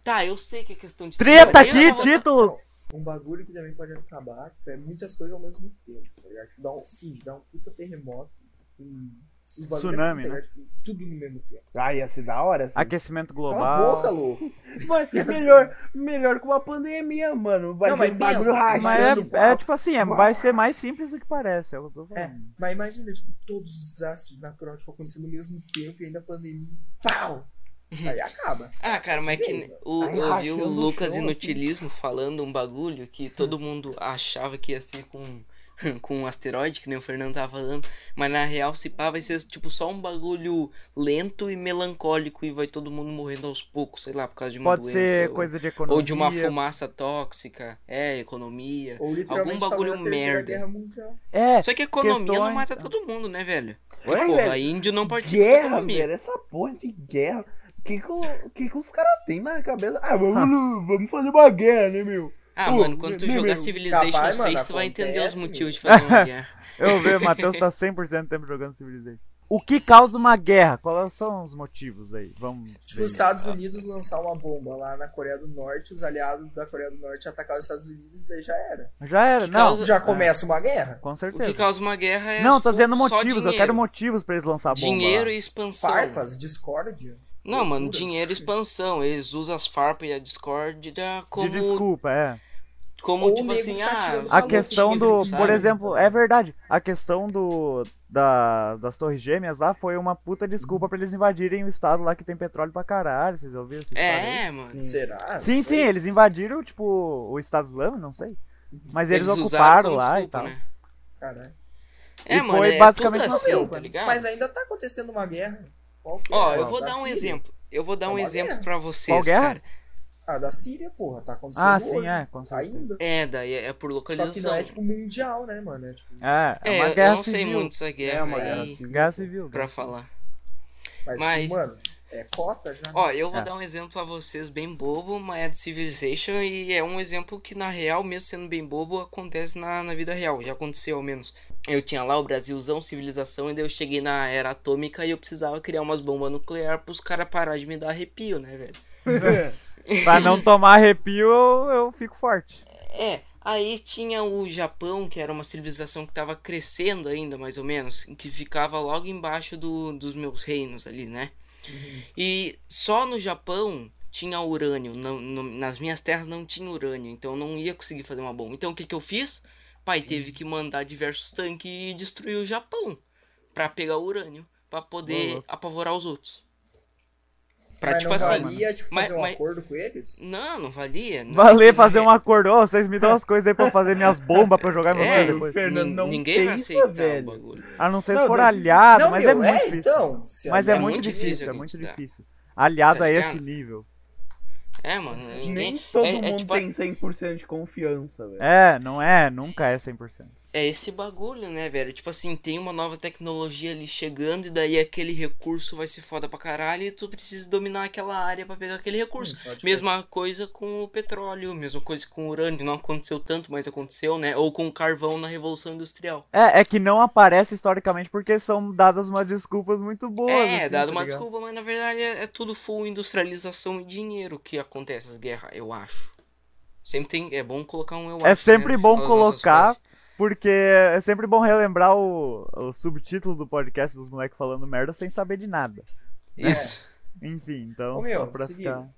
Tá, eu sei que é questão de.
Treta
Eu
aqui,
tava-
título!
Um bagulho que também pode acabar, tipo, é muitas coisas ao mesmo tempo, tá ligado? Tipo, dá um fim, dá um puta terremoto, um... Os bagulhos
Tsunami, né?
tá ligado? Tipo, tudo no mesmo tempo.
Ah, ia ser da hora. Assim.
Aquecimento
Cala a boca,
global. É
louco.
Mas
Assim.
melhor, melhor que uma pandemia, mano. Vai
Não,
ter
mas
um bagulho
pensa,
rachando.
Mas
e
é, é
tal.
tipo assim, é- vai ser mais simples do que parece. É o que eu tô
É,
falando.
mas imagina, tipo, todos os desastres naturais tipo, acontecendo ao mesmo tempo e ainda a pandemia. Pau! Aí acaba.
Ah, cara, mas é que o,
Aí
eu ouvi o
rachando o
Lucas
chão,
Inutilismo falando um bagulho que todo mundo achava que ia ser com, com um asteroide, que nem o Fernando tava falando. Mas na real, se pá, vai ser tipo só um bagulho lento e melancólico e vai todo mundo morrendo aos poucos, sei lá, por causa de uma
Pode
doença.
ser
ou-
coisa de economia.
ou de uma fumaça tóxica. É, economia.
Ou literalmente
Algum bagulho
talvez, a Terceira
merda.
Guerra Mundial.
É,
Só que economia não
questões,
mata
tá.
todo mundo, né, velho?
Ué,
Porra,
velho,
índio não participa da
Guerra,
tipo, economia.
velho. Essa porra de guerra. O que, que, o- que, que os caras têm na cabeça? Ah, vamos, vamos fazer uma guerra, né, meu?
Ah,
Pô,
mano, quando tu
meu,
jogar
meu,
Civilization
capaz,
6,
mano,
tu vai entender os
acontece,
motivos de
meu.
fazer uma guerra.
eu vejo, o Matheus tá 100% do tempo jogando Civilization. O que causa uma guerra? Quais são os motivos aí? Vamos
Tipo,
ver.
os Estados Unidos lançar uma bomba lá na Coreia do Norte, os aliados da Coreia do Norte atacar os Estados Unidos e daí já era.
Ah, Já era,
Que
não.
causa- É.
Já começa uma guerra?
Com
O que
certeza.
causa uma guerra é.
Não, tô dizendo
só
motivos, eu
dinheiro.
quero motivos pra eles lançar a bomba.
Dinheiro
lá.
e expansão.
Farpas, discórdia.
Não, mano,
Loucuras.
dinheiro e expansão. Eles usam as farpas e a discórdia como.
De desculpa, é.
Como,
Ou o
tipo
nego
assim,
ficar tirando
A
ah.
maluco,
questão
gente,
do.
sabe?
Por exemplo, é verdade. A questão do. da- das Torres Gêmeas lá foi uma puta desculpa pra eles invadirem o estado lá que tem petróleo pra caralho. Vocês ouviram essa história
Ah,
aí?
É, mano.
Será?
Sim, sim, eles invadiram, tipo, o Estado Islâmico, não sei. Mas eles,
usaram
ocuparam
como
lá e
desculpa,
tal.
né?
Cara.
É,
E
mano,
foi
é
basicamente
tudo
uma
assim,
desculpa.
tá ligado?
Mas ainda tá acontecendo uma guerra. Qual que é?
Ó,
Ah,
eu vou
da
dar um
Síria.
exemplo. Eu vou dar
É
um
uma
exemplo
guerra.
pra
Qual
vocês,
guerra?
cara.
Ah, da Síria, porra, tá acontecendo
Ah, sim,
hoje.
é, com certeza.
Ainda.
É, daí é é por
Só
localização.
que não é tipo mundial, né, mano? É tipo...
É, é
É,
uma
eu-
guerra
eu não sei
civil.
muito dessa guerra
É uma
aí
guerra
Guerra civil.
pra falar.
Mas,
Mas-
Tipo, mano, é cota já.
Ó, eu vou
É.
dar um exemplo pra vocês bem bobo, mas é de Civilization e é um exemplo que na real, mesmo sendo bem bobo, acontece na, na vida real, já aconteceu ao menos. Eu tinha lá o Brasilzão, civilização, e daí eu cheguei na era atômica e eu precisava criar umas bombas nucleares pros caras parar de me dar arrepio, né, velho?
É,
Pra não tomar arrepio, eu, eu fico forte.
É, aí tinha o Japão, que era uma civilização que estava crescendo ainda, mais ou menos, que ficava logo embaixo do, dos meus reinos ali, né?
Uhum.
E só no Japão tinha urânio, não- não- nas minhas terras não tinha urânio, então eu não ia conseguir fazer uma bomba. Então o que, que eu fiz? Pai
Uhum.
teve que mandar diversos tanques e destruir o Japão pra pegar o urânio, pra poder
louco.
apavorar os outros. Pra
Mas
tipo
não
assim.
valia, tipo,
mas-
fazer um
mas-
acordo com eles?
Não, não valia. não,
Valer
isso não
fazer
é-
um acordo, ô, vocês me dão as coisas aí pra eu fazer minhas bombas pra eu jogar em vocês
É,
depois.
Nin-
Fernando não
Ninguém vai
pensa,
aceitar
velho.
o bagulho.
A não ser
Não,
se for
não-
aliado,
não,
mas
meu,
é muito difícil.
então. se
Mas
a-
é,
é
muito
muito
difícil,
difícil
é muito
conquistar.
difícil. Aliado
Tá
a
ligado?
esse nível.
É, mano, ninguém.
Nem todo
é,
mundo
é, tipo,
tem 100% de confiança, velho.
É, não é, nunca é 100%.
é esse bagulho, né, velho? Tipo assim, tem uma nova tecnologia ali chegando e daí aquele recurso vai ser foda pra caralho e tu precisa dominar aquela área pra pegar aquele recurso.
Hum,
Pode crer.
Mesma coisa com o petróleo, mesma coisa com o urânio, não aconteceu tanto, mas aconteceu, né? Ou com o carvão na Revolução Industrial.
É, é que não aparece historicamente porque são dadas umas desculpas muito boas.
é,
assim,
dado
tá
uma
ligado?
desculpa, mas na verdade é, é tudo full industrialização e dinheiro que acontece as guerras, eu acho. Sempre tem. É bom colocar um eu acho.
É sempre
no
bom
final das nossas
colocar,
frases.
Porque é sempre bom relembrar o, o subtítulo do podcast dos moleques falando merda sem saber de nada.
Isso.
Enfim, então
Ô, meu,
só pra
seguinte.
ficar.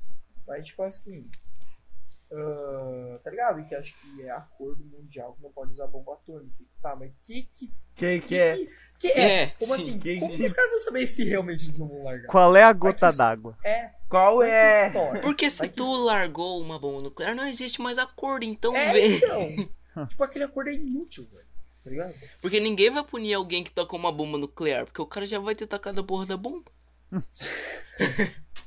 Mas, tipo assim. ah, tá ligado? Que acho que é acordo mundial que não pode usar bomba atômica. Tá, mas que que.
Quem
que,
que é?
que- que é?
É,
Como
sim.
assim?
que-
Como que os caras vão saber se realmente eles não vão largar?
Qual é a gota
Aqui-
d'água?
É,
Qual
como que
é?
estoura?
Porque se
Vai que
tu largou uma bomba nuclear, não existe mais acordo, então
É,
vê.
então. tipo, aquele acordo é inútil, velho. Tá ligado?
Porque ninguém vai punir alguém que tocou uma bomba nuclear, porque o cara já vai ter tacado a porra da bomba.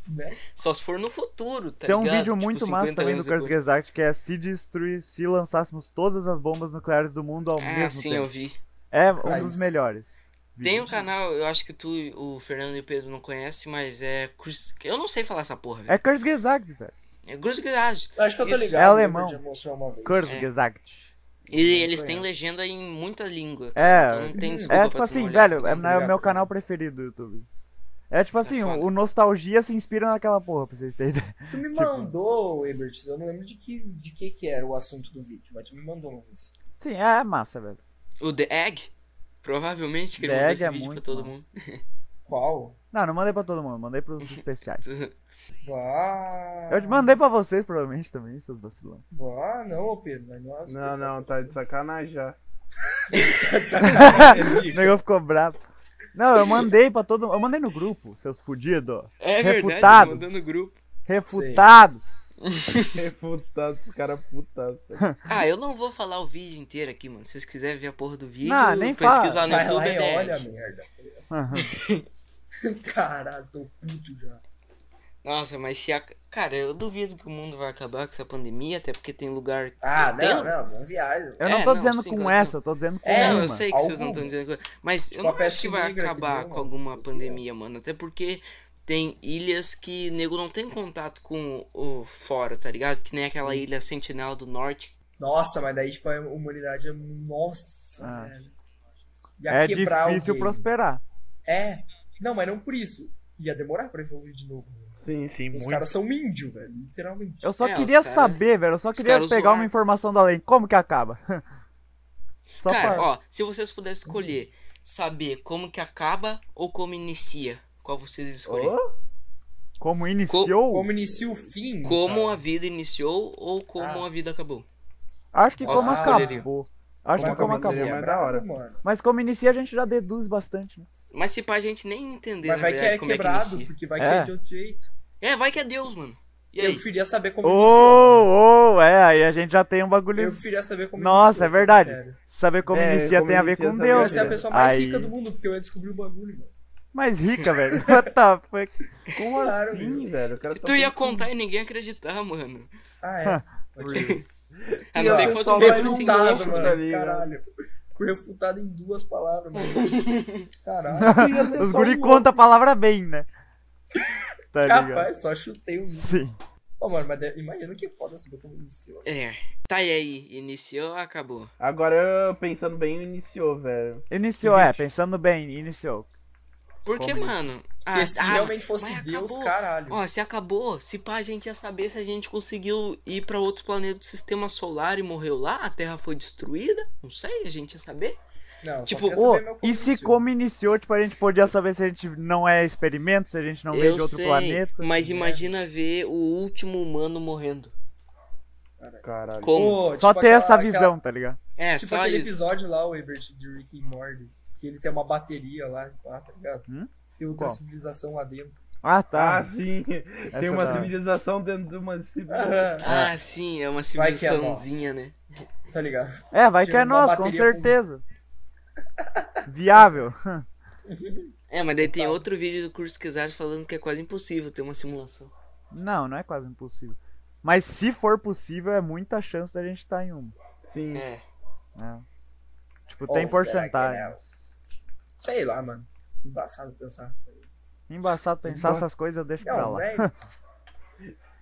Né?
Só se for no futuro, tá
Tem um
ligado?
vídeo
Tipo,
muito
50
massa também do
anos
Kurz
depois.
Gesagt que é se destruir, se lançássemos todas as bombas nucleares do mundo ao
Ah,
mesmo
sim,
tempo. assim.
eu vi.
É um
Mas-
dos melhores.
Tem um canal, eu acho que tu, o Fernando e o Pedro não conhecem, mas é. Kurz- Eu não sei falar essa porra, velho.
É Kurz Gesagt, velho.
É Grusgrage.
Acho que eu tô
Isso.
ligado.
É
eu
alemão.
já mostrou uma vez.
Kurz
É.
Gesagt.
E eles
conheço.
têm legenda em muita língua.
É,
Então não tem desculpa
É tipo
pra tu não
assim,
olhar,
velho,
tá
é,
ligado?
é o meu
Obrigado.
canal preferido do YouTube. É tipo assim,
foda.
o, o Nostalgia se inspira naquela porra, pra vocês terem ideia.
Tu me
Tipo-
mandou, Ebert, eu não lembro de que, de que que era o assunto do vídeo, mas tu me mandou um uma vez.
Sim, é massa, velho.
O The Egg? Provavelmente que ele
The
mandou
Egg
esse
é
vídeo pra
muito
todo
massa.
mundo.
Qual?
Não, não mandei pra todo mundo, mandei pros especiais.
Bah,
Eu te mandei pra vocês, provavelmente, também, seus vacilão.
Bah, ah, não, ô Pedro, mas não é as
Não,
pessoas-
não, tá de sacanagem já.
O negócio ficou bravo. Não, eu mandei pra todo mundo. Eu mandei no grupo, seus fudidos.
É verdade,
Refutados.
mandou no grupo.
Refutados.
É
Refutado, os caras putados.
Ah, eu não vou falar o vídeo inteiro aqui, mano. Se vocês quiserem ver a porra do vídeo,
Não, nem
pesquisa
fala.
lá no
Vai
YouTube.
lá e
né?
olha a merda. Caralho, tô puto já.
Nossa, mas se a... Cara, eu duvido que o mundo vai acabar com essa pandemia, até porque tem lugar...
Ah,
Tem- um-
não, não, não viajo.
Eu não
É,
tô
não,
dizendo
sim,
com
claro.
essa, eu tô dizendo com
É,
não,
uma.
eu sei que vocês não estão
alguma.
dizendo coisa. Mas
Tipo,
eu não
a
acho que vai
peste negra que
acabar com
deu, mano.
alguma
Meu
pandemia,
Deus.
mano. Até porque tem ilhas que o nego não tem contato com o fora, tá ligado? Que nem aquela ilha Sentinela do Norte.
Nossa, mas daí, tipo, a humanidade é. Nossa,
Ah.
velho. Ia
É
quebrar
difícil
alguém.
prosperar.
É. Não, mas não por isso. Ia demorar pra evoluir de novo.
Sim, sim,
Os
muito.
caras são índio, velho. Literalmente.
Eu só
É, os
queria
cara-
saber, velho. Eu só queria
caras
pegar uma
zoaram.
informação da lei. Como que acaba? só
Cara,
pra...
ó, se vocês pudessem escolher saber como que acaba ou como inicia, qual vocês escolhem?
Ô,
Como iniciou?
Como inicia o fim.
Como
cara.
a vida iniciou ou como
tá. Ah.
a vida acabou?
Acho que
Ó,
como
vocês
acabou. Acho que
Como
como
a
acabou.
acabou.
família é
Mas da hora.
brava, Mano.
Mas como inicia, a gente já deduz bastante, né?
Mas se pá, a gente nem entender,
Mas
na
vai que
verdade,
é
como é que
quebrado,
inicia.
porque vai que
É.
é de outro jeito.
É, vai que é Deus, mano. E
Eu
aí?
preferia saber como
Ô,
iniciou.
ô, é, aí a gente já tem um bagulho.
Eu preferia saber como
Nossa,
iniciou,
é verdade.
sério.
Saber como
É,
inicia
como
tem a ver
inicia
com
essa
Eu ia
Deus. né?
merda.
ser é a
velho.
pessoa mais
Aí-
rica do mundo, porque eu ia descobrir o bagulho, mano.
Mas rica, velho. What the fuck?
Como
Claro,
assim, velho? O cara só
Tu ia
pensa em-
contar e ninguém ia acreditar, mano.
Ah, é. Pode crer.
A
E,
não
ó,
ser que fosse um
só vai
perfil
juntar,
sem
refutado,
louco,
lógico.
mano.
tá ligado?
Caralho. Fui refutado em duas palavras, mano. Caralho.
Tu ia ser
Os
tá
só
guri
um
conta a palavra bem, né? Tá ligado?
Capaz, só chutei um.
Sim.
Ô, mano, mas de- imagina que foda saber como iniciou.
É. Tá, e aí? Iniciou ou acabou?
Agora, pensando bem, iniciou, velho.
Iniciou, é, pensando bem, iniciou.
Porque,
Como
mano.
Porque se
Ah,
realmente
tá, mas
fosse
acabou.
Deus, caralho.
Ó, se acabou, se pá, a gente ia saber se a gente conseguiu ir pra outro planeta do sistema solar e morreu lá, a Terra foi destruída, não sei, a gente ia saber.
Não,
tipo,
só queria
Ô,
saber meu
e se
iniciou.
como iniciou, tipo, a gente podia saber se a gente não é experimento, se a gente não veio
Eu
de outro
sei,
planeta. né?
mas imagina ver o último humano morrendo.
Caralho.
Como?
Ô,
Só
tipo
ter essa
aquela-
visão, tá ligado?
é,
aquela- tipo
só
aquele
isso.
episódio lá, o Ebert, de Rick and Morty, que ele tem uma bateria lá, pá, tá ligado?
Hum?
Tem outra
Qual?
civilização lá dentro.
Ah, tá.
Ah, tá. sim. Tem
Essa é
uma
da-
civilização dentro de uma civilização.
Aham,
Ah, sim, é uma
Vai que é
civilizaçãozinha, né?
tá ligado?
É, vai que é
Tirando uma
nosso, com
bateria com-
certeza. Viável.
É, mas daí tem
Então.
Total.
outro vídeo do curso Quezado falando que é quase impossível ter uma simulação.
Não, não é quase impossível. Mas se for possível, é muita chance da gente estar em uma.
Sim.
É.
né? Tipo,
Ou
tem
será que é
porcentagem.
nela? Sei lá, mano. Embaçado pensar.
Embaçado pensar
Emba-
essas coisas, eu deixo pra
Não,
Tá lá.
né?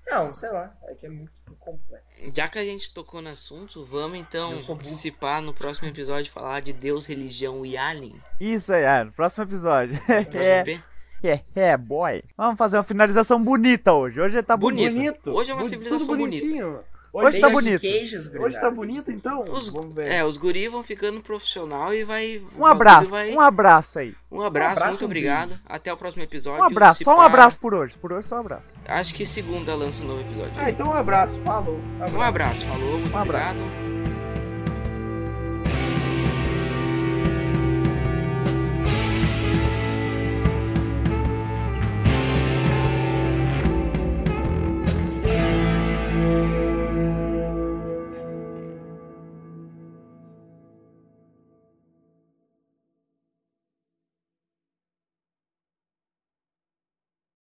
Não, sei lá. É que é muito complexo.
Já que a gente tocou no assunto, vamos então
Eu sou burro.
participar no próximo episódio e falar de Deus, religião e alien.
Isso aí, é, no próximo episódio. é,
JP?
é, é, boy. Vamos fazer uma finalização bonita hoje. Hoje tá bonito.
Bonita. Hoje é uma
Tudo
civilização bonita.
bonitinho.
Hoje tá
Tem
bonito.
queijos,
Hoje tá
gurizada.
bonito, então?
Os,
Vamos ver.
é, os guri vão ficando profissional e vai. o
Um
bagulho
abraço,
vai-
um abraço aí.
um abraço,
abraço,
muito
um
obrigado.
beijo.
Até o próximo episódio.
Um abraço,
Se
só um
pá,
abraço por hoje. Por hoje, só um abraço.
Acho que segunda lança um novo episódio.
Ah, então um abraço. Falou.
Tá
Um abraço, falou, muito
É. Um abraço.
obrigado.